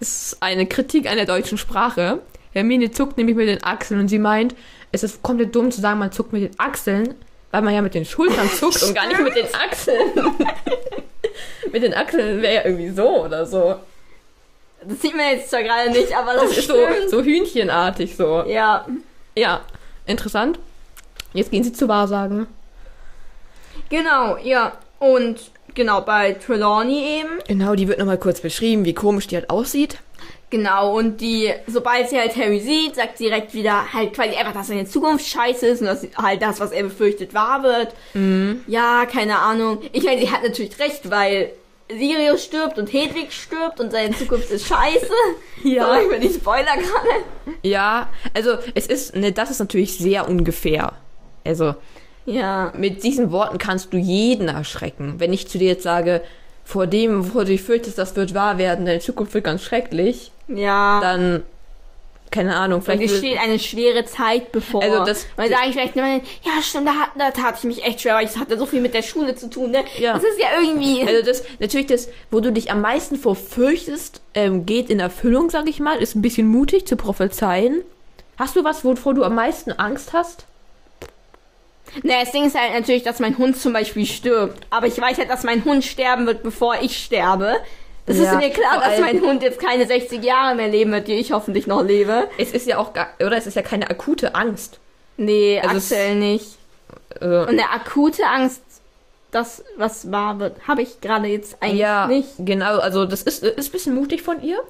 ist eine Kritik an der deutschen Sprache. Hermine zuckt nämlich mit den Achseln und sie meint, es ist komplett dumm zu sagen, man zuckt mit den Achseln, weil man ja mit den Schultern zuckt und gar nicht mit den Achseln. mit den Achseln wäre ja irgendwie so oder so. Das sieht man jetzt zwar gerade nicht, aber das, Das ist so, stimmt. so hühnchenartig so. Ja. Ja, interessant. Jetzt gehen sie zu Wahrsagen. Genau, ja. Und genau, bei Trelawney eben. Genau, die wird nochmal kurz beschrieben, wie komisch die halt aussieht. Genau, und die, sobald sie halt Harry sieht, sagt sie direkt wieder halt quasi einfach, dass er in der Zukunft scheiße ist und dass halt das, was er befürchtet, wahr wird. Mhm. Ja, keine Ahnung. Ich meine, sie hat natürlich recht, weil Sirius stirbt und Hedwig stirbt und seine Zukunft ist scheiße. Ja. Sorry für die Spoiler gerade. Ja, also es ist, ne, das ist natürlich sehr ungefähr. Also, Ja. mit diesen Worten kannst du jeden erschrecken. Wenn ich zu dir jetzt sage, vor dem, wo du dich fürchtest, das wird wahr werden, deine Zukunft wird ganz schrecklich, Ja. dann, keine Ahnung, Und dir vielleicht. steht eine schwere Zeit bevor. Also das- und dann sage ich vielleicht, immer, ja stimmt, da, hat- da tat ich mich echt schwer, weil das hatte so viel mit der Schule zu tun. Ne? Ja. Das ist ja irgendwie... also das, natürlich das, wo du dich am meisten vor fürchtest, ähm, geht in Erfüllung, sag ich mal, ist ein bisschen mutig zu prophezeien. Hast du was, wovor du am meisten Angst hast? Na, das Ding ist halt natürlich, dass mein Hund zum Beispiel stirbt. Aber ich weiß halt, dass mein Hund sterben wird, bevor ich sterbe. Das Ja, ist mir klar, vor dass allem- mein Hund jetzt keine 60 Jahre mehr leben wird, die ich hoffentlich noch lebe. Es ist ja auch, gar, oder es ist ja keine akute Angst. Nee, Also es- Axel nicht. Also, Und eine akute Angst, das, was wahr wird, habe ich gerade jetzt eigentlich ja, nicht. genau, also das ist, ist ein bisschen mutig von ihr,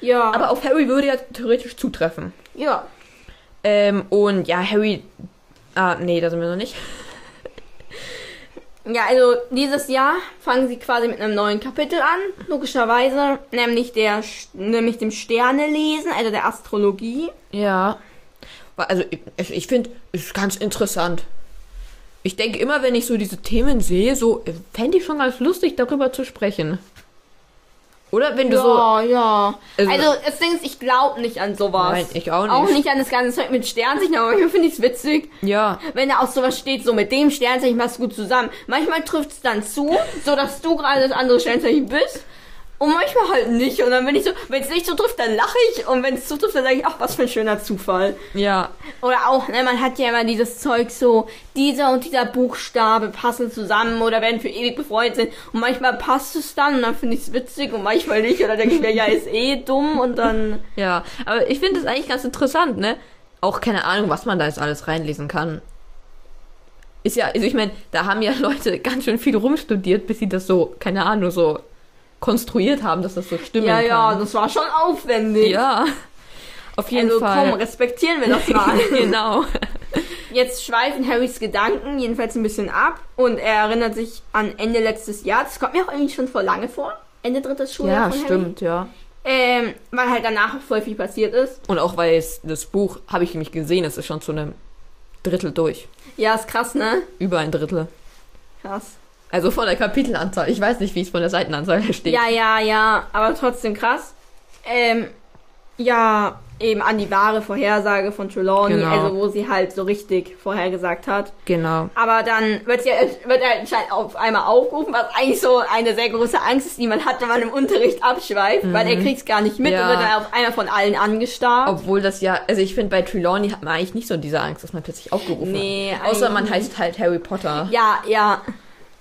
Ja. aber auf Harry würde ja theoretisch zutreffen. ja. Ähm, und ja, Harry. Ah, nee, da sind wir noch nicht. Ja, also dieses Jahr fangen sie quasi mit einem neuen Kapitel an, logischerweise, nämlich der Sch- nämlich dem Sternelesen, also der Astrologie. Ja. Wa- Also, ich, ich finde, ist ganz interessant. Ich denke immer, wenn ich so diese Themen sehe, so fände ich schon ganz lustig, darüber zu sprechen. Oder wenn du so. Ja, ja. Also- Also, das Ding ist, ich glaube nicht an sowas. Nein, ich auch nicht. Auch nicht an das ganze Zeug mit Sternzeichen, aber manchmal finde ich es witzig, Ja. wenn da auch sowas steht, so mit dem Sternzeichen machst du gut zusammen. Manchmal trifft es dann zu, so dass du gerade das andere Sternzeichen bist. Und manchmal halt nicht. Und dann bin ich so, wenn es nicht so trifft, dann lache ich. Und wenn es zutrifft, dann sage ich, ach, was für ein schöner Zufall. Ja. Oder auch, ne, man hat ja immer dieses Zeug so, dieser und dieser Buchstabe passen zusammen oder werden für ewig befreundet sind. Und manchmal passt es dann und dann finde ich es witzig und manchmal nicht. Oder denke ich mir, ja, ist eh dumm und dann. Ja. Aber ich finde es eigentlich ganz interessant, ne? Auch keine Ahnung, was man da jetzt alles reinlesen kann. Ist ja, also ich meine, da haben ja Leute ganz schön viel rumstudiert, bis sie das so, keine Ahnung, so konstruiert haben, dass das so stimmen Ja, kann. ja, das war schon aufwendig. Ja. Auf jeden Also komm, Fall. respektieren wir das mal. genau. Jetzt schweifen Harrys Gedanken jedenfalls ein bisschen ab und er erinnert sich an Ende letztes Jahr. Das kommt mir auch irgendwie schon vor lange vor. Ende drittes Schuljahr. von ja. Harry. Ähm, weil halt danach auch voll viel passiert ist. Und auch weil es, das Buch, habe ich nämlich gesehen, es ist schon zu einem Drittel durch. Ja, ist krass, ne? Über ein Drittel. Krass. Also von der Kapitelanzahl. Ich weiß nicht, wie es von der Seitenanzahl her steht. Ja, ja, ja, aber trotzdem krass. Ähm, ja eben an die wahre Vorhersage von Trelawney, Genau. also wo sie halt so richtig vorhergesagt hat. Genau. Aber dann wird sie wird er anscheinend auf einmal aufgerufen, was eigentlich so eine sehr große Angst ist, die man hat, wenn man im Unterricht abschweift, weil er kriegt's gar nicht mit Mhm. Ja. und wird dann auf einmal von allen angestarrt. Obwohl das ja, also ich finde, bei Trelawney hat man eigentlich nicht so diese Angst, dass man plötzlich aufgerufen Nee, wird. Außer man eigentlich heißt halt Harry Potter. ja, ja.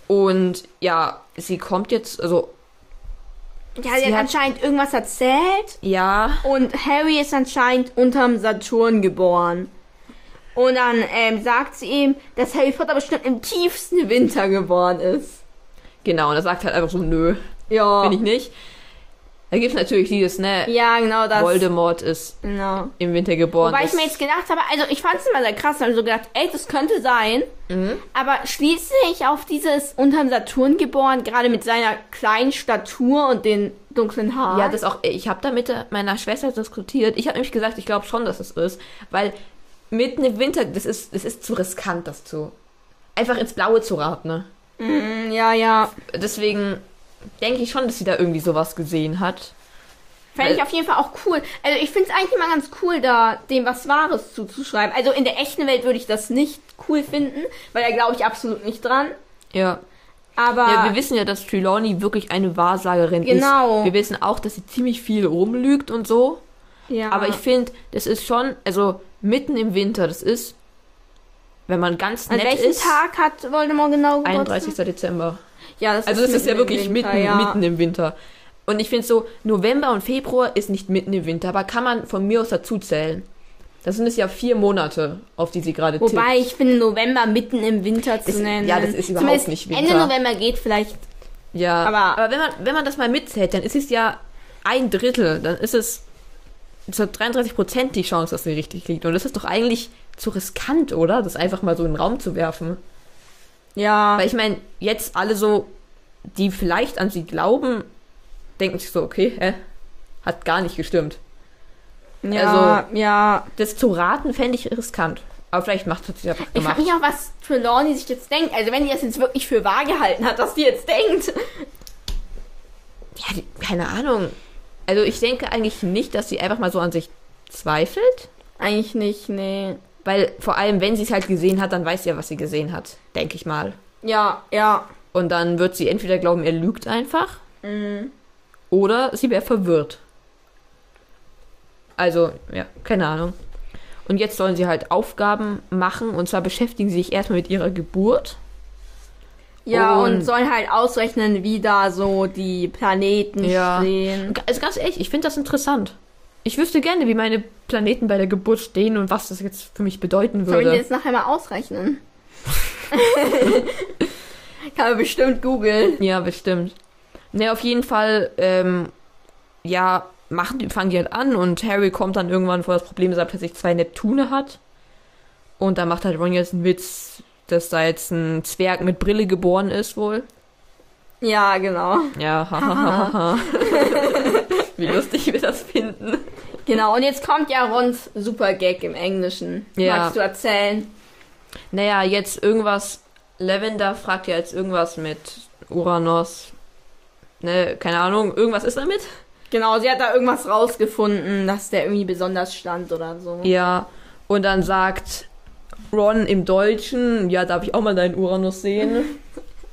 Und ja, sie kommt jetzt, also Ja, sie hat- hat anscheinend irgendwas erzählt ja, und Harry ist anscheinend unterm Saturn geboren. Und dann ähm, sagt sie ihm, dass Harry Potter bestimmt im tiefsten Winter geboren ist. genau. Und er sagt halt einfach so, nö, Ja. bin ich nicht. Da gibt's natürlich dieses, ne? Oh. Ja, genau das. Voldemort ist Genau. im Winter geboren. Wobei ich das- mir jetzt gedacht habe, also ich fand es immer sehr krass, habe so gedacht, ey, das könnte sein. Mhm. Aber schließe ich auf dieses unterm Saturn geboren, gerade mit seiner kleinen Statur und den dunklen Haaren. Ja, das auch. Ich habe da mit der- meiner Schwester diskutiert. Ich habe nämlich gesagt, ich glaube schon, dass es ist, weil mitten im Winter, das ist, das ist zu riskant, das zu einfach ins Blaue zu raten. Ne? ja, ja. Deswegen denke ich schon, dass sie da irgendwie sowas gesehen hat. Fände ich Weil- auf jeden Fall auch cool. Also ich finde es eigentlich immer ganz cool, da dem was Wahres zuzuschreiben. Also in der echten Welt würde ich das nicht cool finden, weil da glaube ich absolut nicht dran. Ja. Aber Ja, wir wissen ja, dass Trelawney wirklich eine Wahrsagerin Ah. Genau. ist. Wir wissen auch, dass sie ziemlich viel rumlügt und so. ja. Aber ich finde, das ist schon, also mitten im Winter, das ist, wenn man ganz an nett welchem ist, Tag hat Voldemort genau Geburtstag? 31. Dezember. Ja, das Also das ist ja im wirklich Winter, mitten, ja. mitten im Winter. Und ich finde so, November und Februar ist nicht mitten im Winter, aber kann man von mir aus dazu zählen. Das sind es ja vier Monate, auf die sie gerade tippt. Wobei ich finde, November mitten im Winter zu Das- nennen. ja, das ist überhaupt Zumindest nicht Winter. Ende November geht vielleicht. Ja, aber, aber- wenn, man, wenn man das mal mitzählt, dann ist es ja ein Drittel. Dann ist es zu 33 Prozent die Chance, dass sie richtig liegt. Und das ist doch eigentlich zu riskant, oder? Das einfach mal so in den Raum zu werfen. Ja. Weil ich meine, jetzt alle so, die vielleicht an sie glauben, denken sich so, okay, hä? Hat gar nicht gestimmt. ja, also, ja. Das zu raten fände ich riskant. Aber vielleicht macht hat sie es einfach Ich frage gemacht. mich auch, was Trelawney sich jetzt denkt. Also wenn die das jetzt wirklich für wahr gehalten hat, was die jetzt denkt. Ja, die, keine Ahnung. Also ich denke eigentlich nicht, dass sie einfach mal so an sich zweifelt. Eigentlich nicht, nee. Weil vor allem, wenn sie es halt gesehen hat, dann weiß sie ja, was sie gesehen hat. Denke ich mal. Ja, ja. Und dann wird sie entweder glauben, er lügt einfach. Mhm. Oder sie wäre verwirrt. Also, ja, keine Ahnung. Und jetzt sollen sie halt Aufgaben machen. Und zwar beschäftigen sie sich erstmal mit ihrer Geburt. Ja, und, Und- sollen halt ausrechnen, wie da so die Planeten Ja. stehen. Also ganz ehrlich, ich finde das interessant. Ich wüsste gerne, wie meine Planeten bei der Geburt stehen und was das jetzt für mich bedeuten Soll ich würde. jetzt nachher mal ausrechnen? Kann man bestimmt googeln. Ja, bestimmt. Ne, auf jeden Fall, ähm, ja, machen, die- fangen die halt an und Harry kommt dann irgendwann vor das Problem, dass er plötzlich zwei Neptune hat. Und da macht halt Ron jetzt einen Witz, dass da jetzt ein Zwerg mit Brille geboren ist wohl. Ja, genau. Ja, hahaha. Wie lustig wir das finden. Genau, und jetzt kommt ja Rons Super Gag im Englischen. Ja. Magst du erzählen? Naja, jetzt irgendwas, Lavender fragt ja jetzt irgendwas mit Uranus. Ne, keine Ahnung, irgendwas ist damit. Genau, sie hat da irgendwas rausgefunden, dass der irgendwie besonders stand oder so. Ja, und dann sagt Ron im Deutschen, ja, darf ich auch mal deinen Uranus sehen?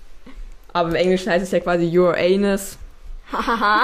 Aber im Englischen heißt es ja quasi your anus. Hahaha.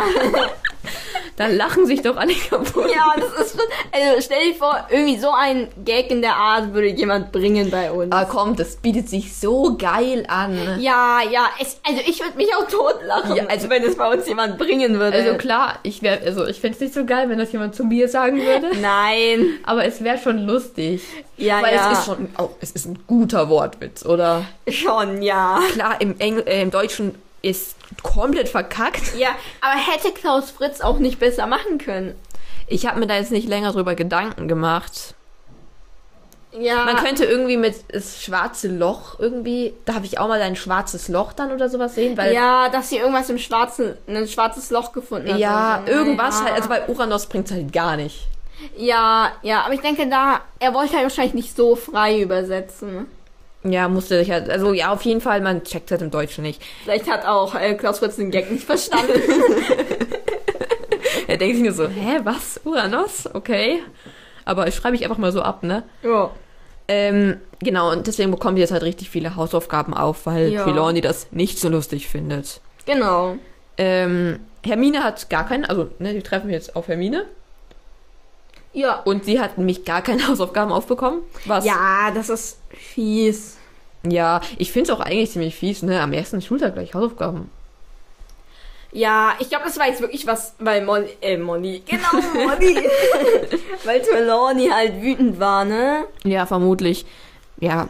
Dann lachen sich doch alle kaputt. ja, das ist schon. Also stell dir vor, irgendwie so ein Gag in der Art würde jemand bringen bei uns. Ah, komm, das bietet sich so geil an. Ja, ja, es, also ich würde mich auch totlachen. Äh. Ja, also wenn es bei uns jemand bringen würde. Also klar, ich wär, also ich fände es nicht so geil, wenn das jemand zu mir sagen würde. Nein. Aber es wäre schon lustig. Ja, weil ja. es ist schon auch, es ist ein guter Wortwitz, oder? schon, ja. Klar, im, Engl äh, im Deutschen ist komplett verkackt. Ja, aber hätte Klaus Fritz auch nicht besser machen können. Ich habe mir da jetzt nicht länger drüber Gedanken gemacht. Ja. Man könnte irgendwie mit das schwarze Loch irgendwie, darf ich auch mal ein schwarzes Loch dann oder sowas sehen, weil ja, ja, dass sie irgendwas im schwarzen, ein schwarzes Loch gefunden hat. oder so. irgendwas ja. halt, also bei Uranus bringt's halt gar nicht. Ja, ja, aber ich denke da, er wollte halt wahrscheinlich nicht so frei übersetzen. Ja, musste ich halt, also ja, auf jeden Fall, man checkt halt im Deutschen nicht. Vielleicht hat auch äh, Klaus Fritz den Gag nicht verstanden. Ja, Er denkt sich nur so, hä, was? Uranus? Okay. Aber ich schreibe mich einfach mal so ab, ne? Ja. Ähm, genau, und deswegen bekommen die jetzt halt richtig viele Hausaufgaben auf, weil Ja. Trelawney das nicht so lustig findet. Genau. Ähm, Hermine hat gar keinen, also, ne, die treffen jetzt auf Hermine. Ja. Und sie hat nämlich gar keine Hausaufgaben aufbekommen. Was? Ja, das ist fies. Ja, ich finde es auch eigentlich ziemlich fies, ne? Am ersten Schultag gleich Hausaufgaben. Ja, ich glaube, das war jetzt wirklich was, weil Molly, äh, Molly, genau, Molly. weil Trelawney halt wütend war, ne? Ja, vermutlich. Ja.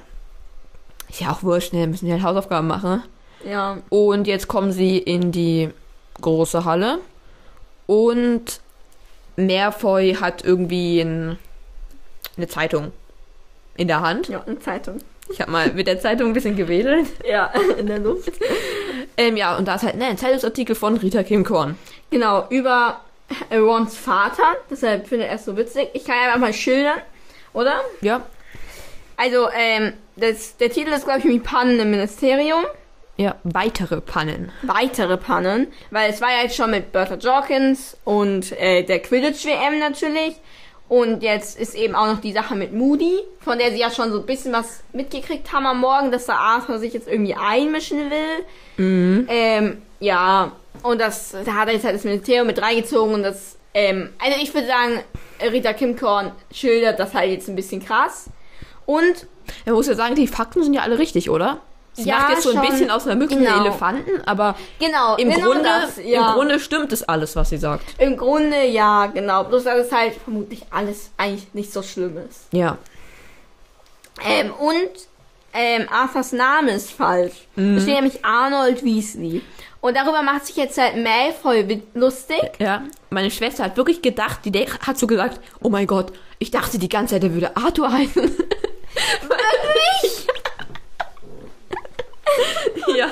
Ist ja auch wurscht, ne? Müssen die halt Hausaufgaben machen. Ja. Und jetzt kommen sie in die große Halle. Und Merfoy hat irgendwie ein, eine Zeitung in der Hand. Ja, eine Zeitung. Ich habe mal mit der Zeitung ein bisschen gewedelt. Ja, in der Luft. Ähm, ja, und da ist halt ne, ein Zeitungsartikel von Rita Kim Korn. Genau, über Rons Vater. Deshalb finde ich es so witzig. Ich kann ja einfach mal schildern, oder? Ja, Also, ähm, das, der Titel ist, glaube ich, wie Pannen im Ministerium. ja, weitere Pannen. Weitere Pannen, weil es war ja jetzt schon mit Bertha Jorkins und äh, der Quidditch-WM natürlich. Und jetzt ist eben auch noch die Sache mit Moody, von der sie ja schon so ein bisschen was mitgekriegt haben am Morgen, dass der Arthur sich jetzt irgendwie einmischen will. Mhm. Ähm, ja, und das, da hat er jetzt halt das Ministerium mit reingezogen und das, ähm, also ich würde sagen, Rita Kimkorn schildert das halt jetzt ein bisschen krass. Und Man muss ja sagen, die Fakten sind ja alle richtig, oder? Sie Ja, macht jetzt so ein schon. bisschen aus einer Mücke Genau. einen Elefanten, aber genau, im, genau Grunde, das, ja. im Grunde stimmt es alles, was sie sagt. Im Grunde ja, genau. Bloß dass es halt vermutlich alles eigentlich nicht so schlimm ist. Ja. Ähm, und ähm, Arthurs Name ist falsch. Da steht nämlich Arnold Weasley. Und darüber macht sich jetzt halt Malfoy wit- lustig. Ja, meine Schwester hat wirklich gedacht, die de- hat so gesagt, oh mein Gott, ich dachte die ganze Zeit, er würde Arthur heißen. Wirklich? ja.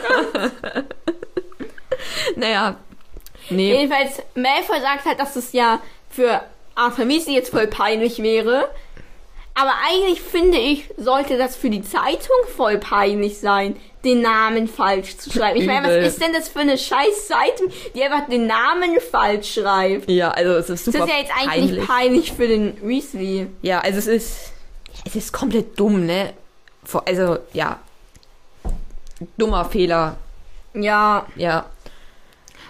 naja. Nee. Jedenfalls, Malfoy sagt halt, dass es ja für Arthur Weasley jetzt voll peinlich wäre. Aber eigentlich finde ich, sollte das für die Zeitung voll peinlich sein, den Namen falsch zu schreiben. Ich meine, Übel. was ist denn das für eine scheiß Zeitung, die einfach den Namen falsch schreibt? Ja, also es ist super Das ist ja jetzt eigentlich peinlich, für den Weasley. Ja, also es ist. Es ist komplett dumm, ne? Vor- Also, ja. Dummer Fehler, Ja. ja.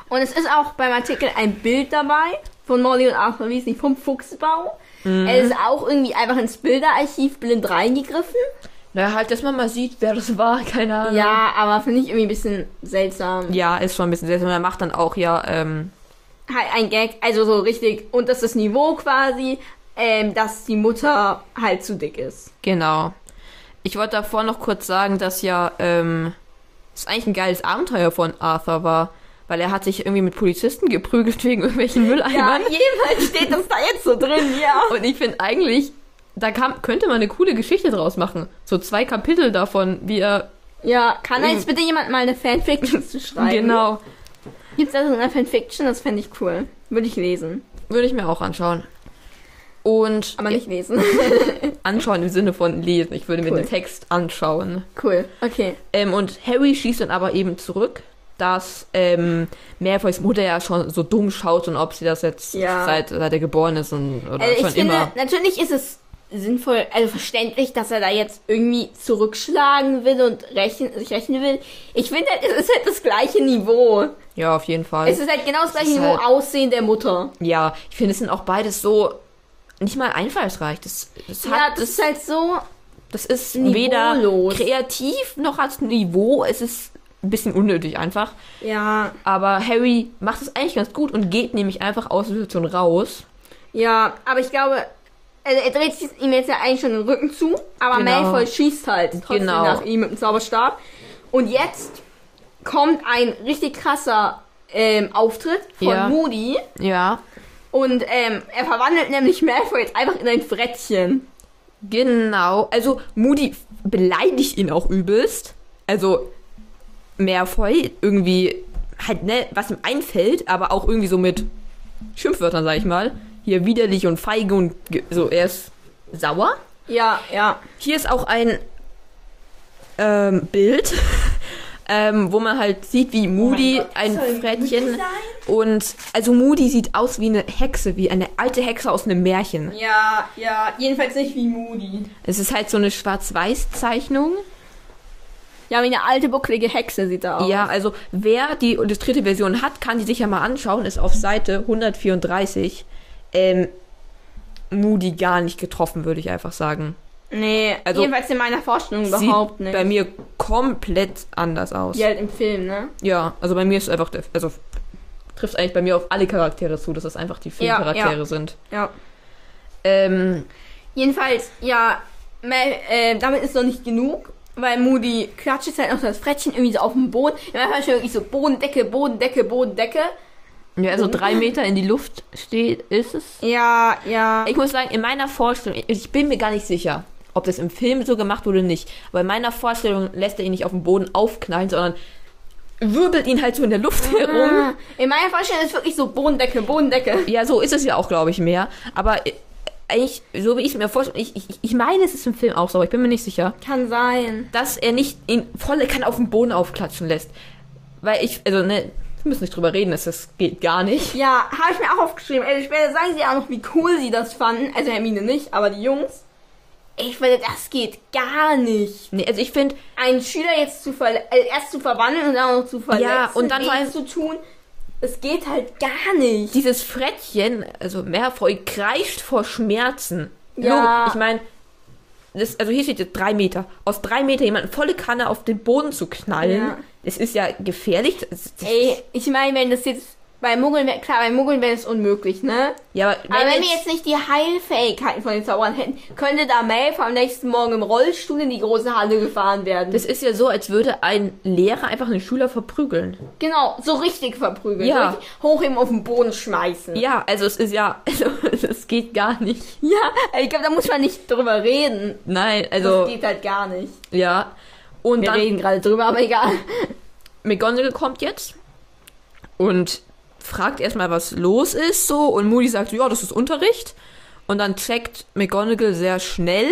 Und es ist auch beim Artikel ein Bild dabei von Molly und Arthur Weasley vom Fuchsbau. Mhm. Er ist auch irgendwie einfach ins Bilderarchiv blind reingegriffen. Naja, halt, dass man mal sieht, wer das war, keine Ahnung. Ja, aber finde ich irgendwie ein bisschen seltsam. Mhm. Ja, ist schon ein bisschen seltsam. Er macht dann auch, ja, ähm, Halt ein Gag, also so richtig. Und das ist das Niveau quasi, ähm, dass die Mutter halt zu dick ist. genau. Ich wollte davor noch kurz sagen, dass ja, ähm, es eigentlich ein geiles Abenteuer von Arthur war, weil er hat sich irgendwie mit Polizisten geprügelt wegen irgendwelchen Ja, Mülleimern. jedenfalls steht das da jetzt so drin, ja. Und ich finde eigentlich, da kam, könnte man eine coole Geschichte draus machen. So zwei Kapitel davon, wie er. Ja, kann da jetzt bitte jemand mal eine Fanfiction zu schreiben? Mhm. Genau. Gibt's da so eine Fanfiction? Das fände ich cool. Würde ich lesen. Würde ich mir auch anschauen. Und Aber nicht lesen. anschauen im Sinne von lesen. Ich würde mir Cool. den Text anschauen. cool. Okay. Ähm, und Harry schießt dann aber eben zurück, dass ähm, Malfoys Mutter ja schon so dumm schaut und ob sie das jetzt Ja. seit, seit er geboren ist und, oder Also ich schon finde, immer. natürlich ist es sinnvoll, also verständlich, dass er da jetzt irgendwie zurückschlagen will und rechnen, sich rechnen will. Ich finde, halt, es ist halt das gleiche Niveau. Ja, auf jeden Fall. Es ist halt genau das gleiche ist Niveau halt- Aussehen der Mutter. ja, ich finde, es sind auch beides so nicht mal einfallsreich. Das, das, ja, hat, das, das, ist halt so. das ist niveaulos. weder kreativ noch hat es ein Niveau. Es ist ein bisschen unnötig einfach. Ja, Aber Harry macht es eigentlich ganz gut und geht nämlich einfach aus der Situation raus. ja. Aber ich glaube, also er dreht sich ihm jetzt ja eigentlich schon den Rücken zu, aber Genau. Malfoy schießt halt trotzdem Genau. nach ihm mit dem Zauberstab. Und jetzt kommt ein richtig krasser ähm, Auftritt von Ja. Moody. Ja, Und ähm, er verwandelt nämlich Malfoy jetzt einfach in ein Frettchen. Genau. Also Moody beleidigt ihn auch übelst. Also Malfoy irgendwie halt ne, was ihm einfällt, aber auch irgendwie so mit Schimpfwörtern, sag ich mal. Hier widerlich und feige und ge- so er ist sauer. Ja, ja. Hier ist auch ein ähm, Bild. ähm, wo man halt sieht, wie Moody Oh Gott, ein soll Moody Frettchen sein? und also Moody sieht aus wie eine Hexe, wie eine alte Hexe aus einem Märchen. Ja, ja, jedenfalls nicht wie Moody. Es ist halt so eine Schwarz-Weiß-Zeichnung. Ja, wie eine alte, bucklige Hexe sieht er aus. Ja, also wer die illustrierte Version hat, kann die sich ja mal anschauen. Ist auf Seite 134. Ähm, Moody gar nicht getroffen, würde ich einfach sagen. Nee, Also, jedenfalls in meiner Vorstellung überhaupt Sieht nicht. bei mir komplett anders aus. Wie halt im Film, ne? Ja, also bei mir ist einfach der, also trifft eigentlich bei mir auf alle Charaktere zu, dass das einfach die Filmcharaktere Ja, ja. sind. Ja. Ähm, Jedenfalls, ja, Mel, äh, damit ist noch nicht genug, weil Moody klatscht jetzt halt noch das Frettchen irgendwie so auf den Boden. Im Endeffekt wirklich so Bodendecke, Bodendecke, Bodendecke. ja, also drei Meter in die Luft steht, ist es. Ja, ja. Ich muss sagen, in meiner Vorstellung, ich bin mir gar nicht sicher, ob das im Film so gemacht wurde oder nicht. Aber in meiner Vorstellung lässt er ihn nicht auf dem Boden aufknallen, sondern wirbelt ihn halt so in der Luft herum. Ah, In meiner Vorstellung ist wirklich so Bodendecke, Bodendecke. Ja, so ist es ja auch, glaube ich, mehr. Aber äh, eigentlich, so wie ich es mir vorstelle, ich, ich, ich meine, es ist im Film auch so, aber ich bin mir nicht sicher, Kann sein. dass er nicht ihn volle Kanne auf den Boden aufklatschen lässt. Weil ich, also, ne, wir müssen nicht drüber reden, das, das geht gar nicht. Ja, habe ich mir auch aufgeschrieben. Ey, später sagen sie auch noch, wie cool sie das fanden. Also Hermine nicht, aber die Jungs. Ich finde, das geht gar nicht. Nee, also ich finde, einen Schüler jetzt zu verle- äh, erst zu verwandeln und dann auch noch zu verletzen, Ja, und dann vor weh allem- zu tun, es geht halt gar nicht. dieses Frettchen, also Merfoy, kreischt vor Schmerzen. Ja. Logisch, ich meine, das, also hier steht jetzt drei Meter. Aus drei Meter jemanden volle Kanne auf den Boden zu knallen, Ja. das ist ja gefährlich. Das, das, Ey, ich meine, wenn das jetzt bei Muggeln wär, klar, bei Muggeln wäre es unmöglich, ne? ja, aber wenn, Aber wenn wir jetzt, jetzt nicht die Heilfähigkeiten von den Zauberern hätten, könnte da Malfoy am nächsten Morgen im Rollstuhl in die große Halle gefahren werden. das ist ja so, als würde ein Lehrer einfach einen Schüler verprügeln. genau, so richtig verprügeln. Ja. So richtig hoch eben auf den Boden schmeißen. Ja, also es ist ja, also das geht gar nicht. Ja, ich glaube, da muss man nicht drüber reden. Nein, Das also geht halt gar nicht. ja. Und Wir dann reden gerade drüber, aber egal. McGonagall kommt jetzt und fragt erstmal, was los ist, so. Und Moody sagt, ja, das ist Unterricht. Und dann checkt McGonagall sehr schnell.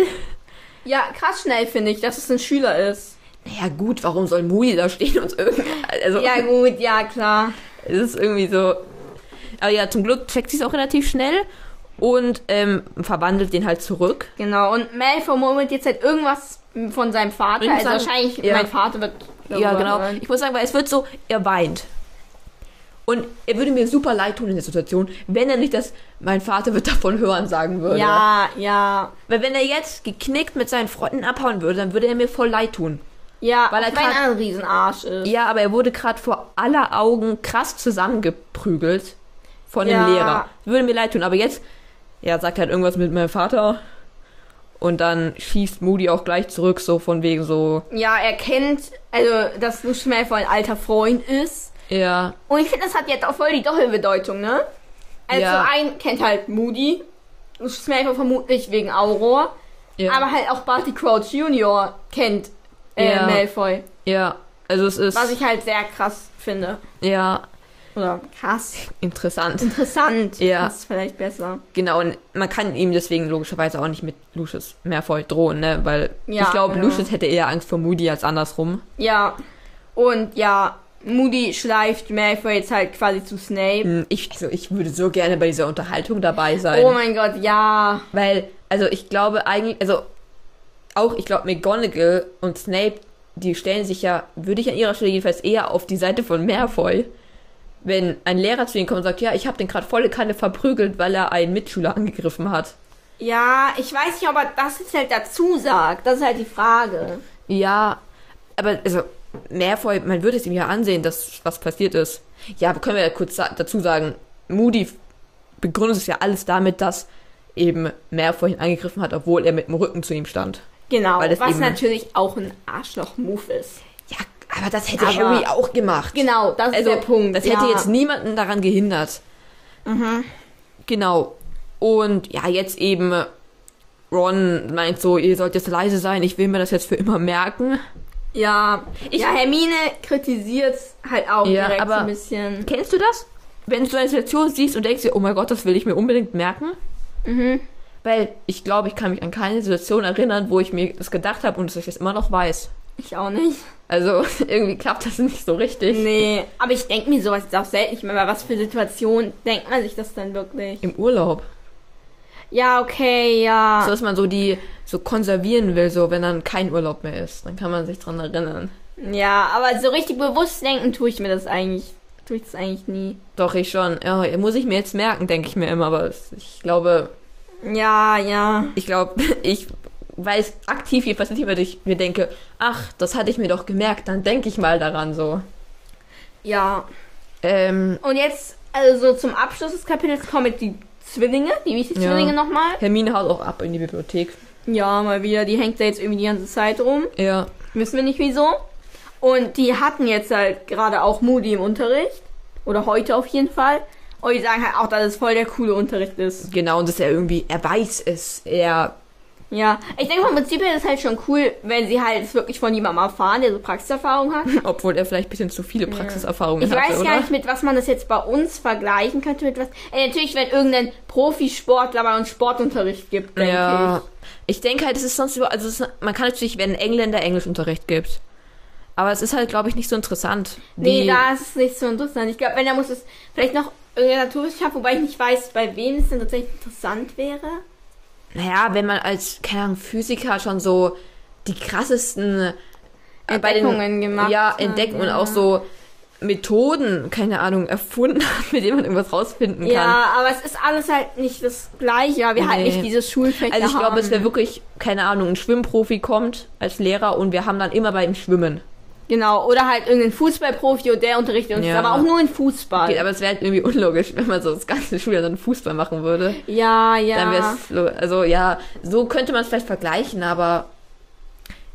Ja, krass schnell finde ich, dass es ein Schüler ist. Naja, gut, warum soll Moody da stehen und irgendwie. Also, Ja, gut, ja, klar. es ist irgendwie so. Aber ja, zum Glück checkt sie es auch relativ schnell und ähm, verwandelt den halt zurück. Genau, und Malfoy murmelt jetzt halt irgendwas von seinem Vater. Ich muss Also sagen, wahrscheinlich, ja. mein Vater wird. ja, darüber genau. hören. Ich muss sagen, weil es wird so, er weint. Und er würde mir super leid tun in der Situation, wenn er nicht das, mein Vater wird davon hören, sagen würde. genau. Ja, ja. Weil wenn er jetzt geknickt mit seinen Freunden abhauen würde, dann würde er mir voll leid tun. Ja, Weil er weil grad- ein Riesenarsch ist. Ja, aber er wurde gerade vor aller Augen krass zusammengeprügelt von dem Ja. Lehrer. Würde mir leid tun, aber jetzt, ja, sagt halt irgendwas mit meinem Vater. Und dann schießt Moody auch gleich zurück, so von wegen so, Ja, er kennt, also, dass Lucius Malfoy ein alter Freund ist. ja, Und ich finde, das hat jetzt auch voll die Doppelbedeutung, ne? Also, Ja. ein kennt halt Moody. Lucius Malfoy vermutlich wegen Auror. ja, Aber halt auch Barty Crouch Junior kennt äh, Ja. Malfoy. ja. Also es ist, Was ich halt sehr krass finde. ja, Oder krass. interessant. Interessant. Ja. Das ist vielleicht besser. Genau, und man kann ihm deswegen logischerweise auch nicht mit Lucius Malfoy drohen, ne? Weil Ja, genau. ich glaube, ja. Lucius hätte eher Angst vor Moody als andersrum. Ja. Und ja, Moody schleift Malfoy jetzt halt quasi zu Snape. Hm, Ich, also ich würde so gerne bei dieser Unterhaltung dabei sein. Oh mein Gott, ja. Weil, also ich glaube eigentlich, also auch, ich glaube, McGonagall und Snape, die stellen sich ja, würde ich an ihrer Stelle jedenfalls eher auf die Seite von Malfoy. Wenn ein Lehrer zu ihnen kommt und sagt, ja, ich habe den gerade volle Kanne verprügelt, weil er einen Mitschüler angegriffen hat. Ja, ich weiß nicht, ob er das jetzt halt dazu sagt. Das ist halt die Frage. Ja, aber also Malfoy, man würde es ihm ja ansehen, dass was passiert ist. Ja, aber können wir ja kurz sa dazu sagen, Moody begründet es ja alles damit, dass eben Malfoy ihn angegriffen hat, obwohl er mit dem Rücken zu ihm stand. Genau. Weil das Was eben- natürlich auch ein Arschloch-Move ist. Ja, aber das hätte Aber- Harry auch gemacht. Genau, das Also, ist der Punkt. das hätte ja. Mhm. jetzt niemanden daran gehindert. Genau. Und ja, jetzt eben Ron meint so, ihr sollt jetzt leise sein, ich will mir das jetzt für immer merken. Ja. ja, Hermine kritisiert halt auch Ja, direkt aber- so ein bisschen. Kennst du das? Wenn du so eine Situation siehst und denkst dir, oh mein Gott, das will ich mir unbedingt merken. Mhm. Weil ich glaube, ich kann mich an keine Situation erinnern, wo ich mir das gedacht habe und dass ich das immer noch weiß. Ich auch nicht. Also irgendwie klappt das nicht so richtig. Nee, aber ich denke mir sowas jetzt auch selten. Ich meine, bei was für Situationen denkt man sich das dann wirklich? Im Urlaub. Ja, okay, ja. So dass man so die so konservieren will, so wenn dann kein Urlaub mehr ist. Dann kann man sich dran erinnern. Ja, aber so richtig bewusst denken tue ich mir das eigentlich, tue ich das eigentlich nie. Doch, ich schon. Ja, muss ich mir jetzt merken, denke ich mir immer. Aber es- ich glaube, Ja, ja. ich glaube, ich weiß aktiv jedenfalls nicht, weil ich mir denke, ach, das hatte ich mir doch gemerkt, dann denke ich mal daran so. Ja. Ähm, Und jetzt, also so zum Abschluss des Kapitels kommen jetzt die Zwillinge, die wichtigen Ja. Zwillinge nochmal. Hermine haut halt auch ab in die Bibliothek. Ja, mal wieder, die hängt da jetzt irgendwie die ganze Zeit rum. Ja. Wissen wir nicht wieso. Und die hatten jetzt halt gerade auch Moody im Unterricht. Oder heute auf jeden Fall. Und die sagen halt auch, dass es voll der coole Unterricht ist. Genau, und dass er irgendwie, er weiß es, er, Ja, ich denke vom Prinzip her ist es halt schon cool, wenn sie halt es wirklich von jemandem erfahren, der so Praxiserfahrung hat. obwohl er vielleicht ein bisschen zu viele Praxiserfahrungen Ich hatte, weiß oder? gar nicht, mit was man das jetzt bei uns vergleichen könnte, mit was. Äh, natürlich, wenn irgendein Profisportler bei uns Sportunterricht gibt, denke ja. Ich denke halt, es ist sonst über, also es ist, man kann natürlich, wenn ein Engländer Englischunterricht gibt, aber es ist halt, glaube ich, nicht so interessant. ich. Nee, Die- da ist es nicht so interessant. Ich glaube, wenn, dann muss es vielleicht noch irgendeine Naturwissenschaft, wobei ich nicht weiß, bei wem es denn tatsächlich interessant wäre. Naja, wenn man als, keine Ahnung, Physiker schon so die krassesten äh, bei den- Entdeckungen gemacht Ja, hat, entdecken und ja. auch so Methoden, keine Ahnung, erfunden hat, mit denen man irgendwas rausfinden kann. Ja, aber es ist alles halt nicht das Gleiche, weil wir halt Nee. nicht dieses Schulfächer Also ich haben. glaube, es wäre wirklich, keine Ahnung, ein Schwimmprofi kommt als Lehrer und wir haben dann immer beim Schwimmen. Genau, oder halt irgendein Fußballprofi und der unterrichtet uns, Ja. aber auch nur in Fußball. Geht, aber es wäre halt irgendwie unlogisch, wenn man so das ganze Schuljahr dann Fußball machen würde. Ja, ja. Dann wäre es, lo- also ja, so könnte man es vielleicht vergleichen, aber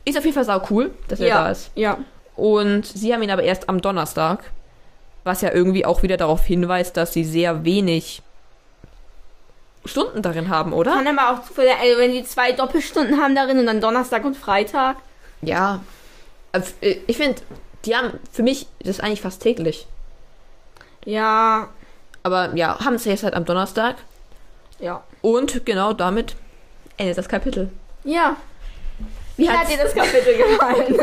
ist auf jeden Fall sau cool, dass er ja, da ist. Ja. Und sie haben ihn aber erst am Donnerstag, was ja irgendwie auch wieder darauf hinweist, dass sie sehr wenig Stunden darin haben, oder? Kann aber auch zufällig, also wenn die zwei Doppelstunden haben darin und dann Donnerstag und Freitag. Ja. Also, äh, Ich finde, die haben für mich das ist eigentlich fast täglich. Ja, Aber ja, haben sie jetzt halt am Donnerstag. ja. Und genau damit endet das Kapitel. Ja. Wie Wie hat hat's- dir das Kapitel gefallen?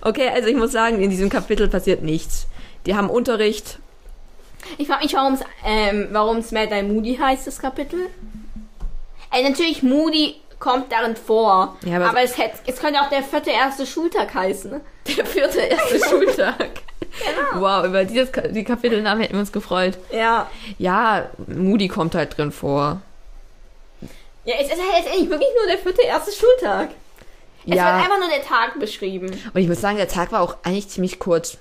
Okay, also ich muss sagen, in diesem Kapitel passiert nichts. Die haben Unterricht. Ich frage mich, warum es ähm, warum's Mad Eye Moody heißt, das Kapitel. Äh, natürlich, Moody kommt darin vor. Ja, aber- aber es, hätte, es könnte auch der vierte erste Schultag heißen. ne? Genau. Der vierte erste Schultag. Wow, über dieses Ka die Kapitelnamen hätten wir uns gefreut. Ja. Ja, Moody kommt halt drin vor. Ja, es ist halt letztendlich wirklich nur der vierte erste Schultag. Es ja, wird einfach nur der Tag beschrieben. und ich muss sagen, der Tag war auch eigentlich ziemlich kurz.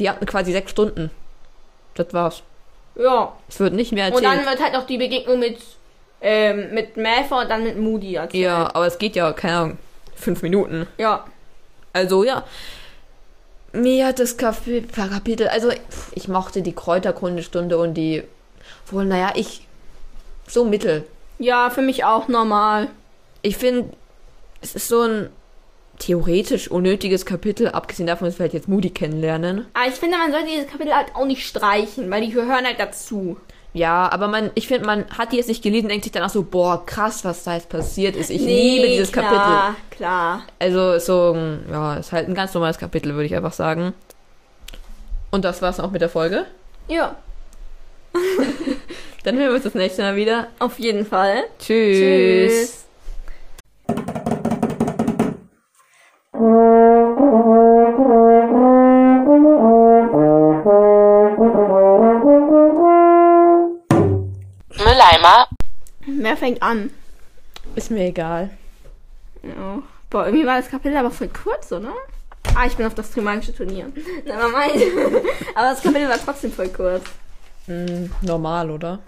Die hatten quasi sechs Stunden. Das war's. Ja. Es wird nicht mehr Und erzählt. dann wird halt noch die Begegnung mit, ähm, mit Malfoy und dann mit Moody erzählt. ja, aber es geht ja, keine Ahnung, fünf Minuten. Ja. Also ja, mir hat das Kapi- Kapitel, also pff, ich mochte die Kräuterkundestunde und die, wohl, naja, ich, so mittel. Ja, für mich auch normal. Ich finde, es ist so ein theoretisch unnötiges Kapitel, abgesehen davon, dass wir halt jetzt Moody kennenlernen. Aber ich finde, man sollte dieses Kapitel halt auch nicht streichen, weil die gehören halt dazu. Ja, aber man, ich finde, man hat die jetzt nicht gelesen, denkt sich danach so, boah, krass, was da jetzt passiert ist. Ich liebe dieses Kapitel. klar, Klar. Also ist so, ein- ja, ist halt ein ganz normales Kapitel, würde ich einfach sagen. Und das war's auch mit der Folge. Ja, Dann hören wir uns das nächste Mal wieder. auf jeden Fall. Tschüss. Mülleimer. Wer fängt an? Ist mir egal. Ja. Boah, irgendwie war das Kapitel aber voll kurz, oder? Ah, ich bin auf das Trimagische Turnier. Nevermind. aber das Kapitel war trotzdem voll kurz. Normal, oder?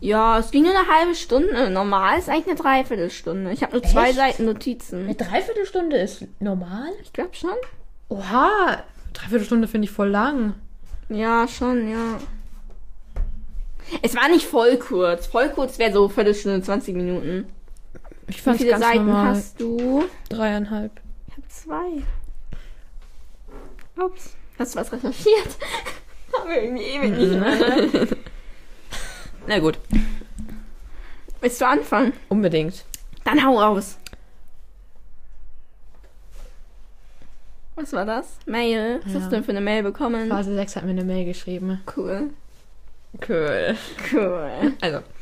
Ja, es ging nur eine halbe Stunde. Normal ist eigentlich eine Dreiviertelstunde. Ich habe nur zwei Echt? Seiten Notizen. Dreiviertelstunde ist normal? Ich glaube schon. Oha! Dreiviertelstunde finde ich voll lang. Ja, schon, ja. Es war nicht voll kurz. Voll kurz wäre so Viertelstunde, 20 Minuten. Ich Wie fand es viele ganz Seiten normal. hast du? Dreieinhalb. Ich habe zwei. Ups. Hast du was recherchiert? Haben wir irgendwie ewig nicht mehr. ne? Na gut, Willst du anfangen? unbedingt. Dann hau raus. Was war das? Mail. Was hast du denn für eine Mail bekommen? Phase 6 hat mir eine Mail geschrieben. Cool. Cool. Cool. Also,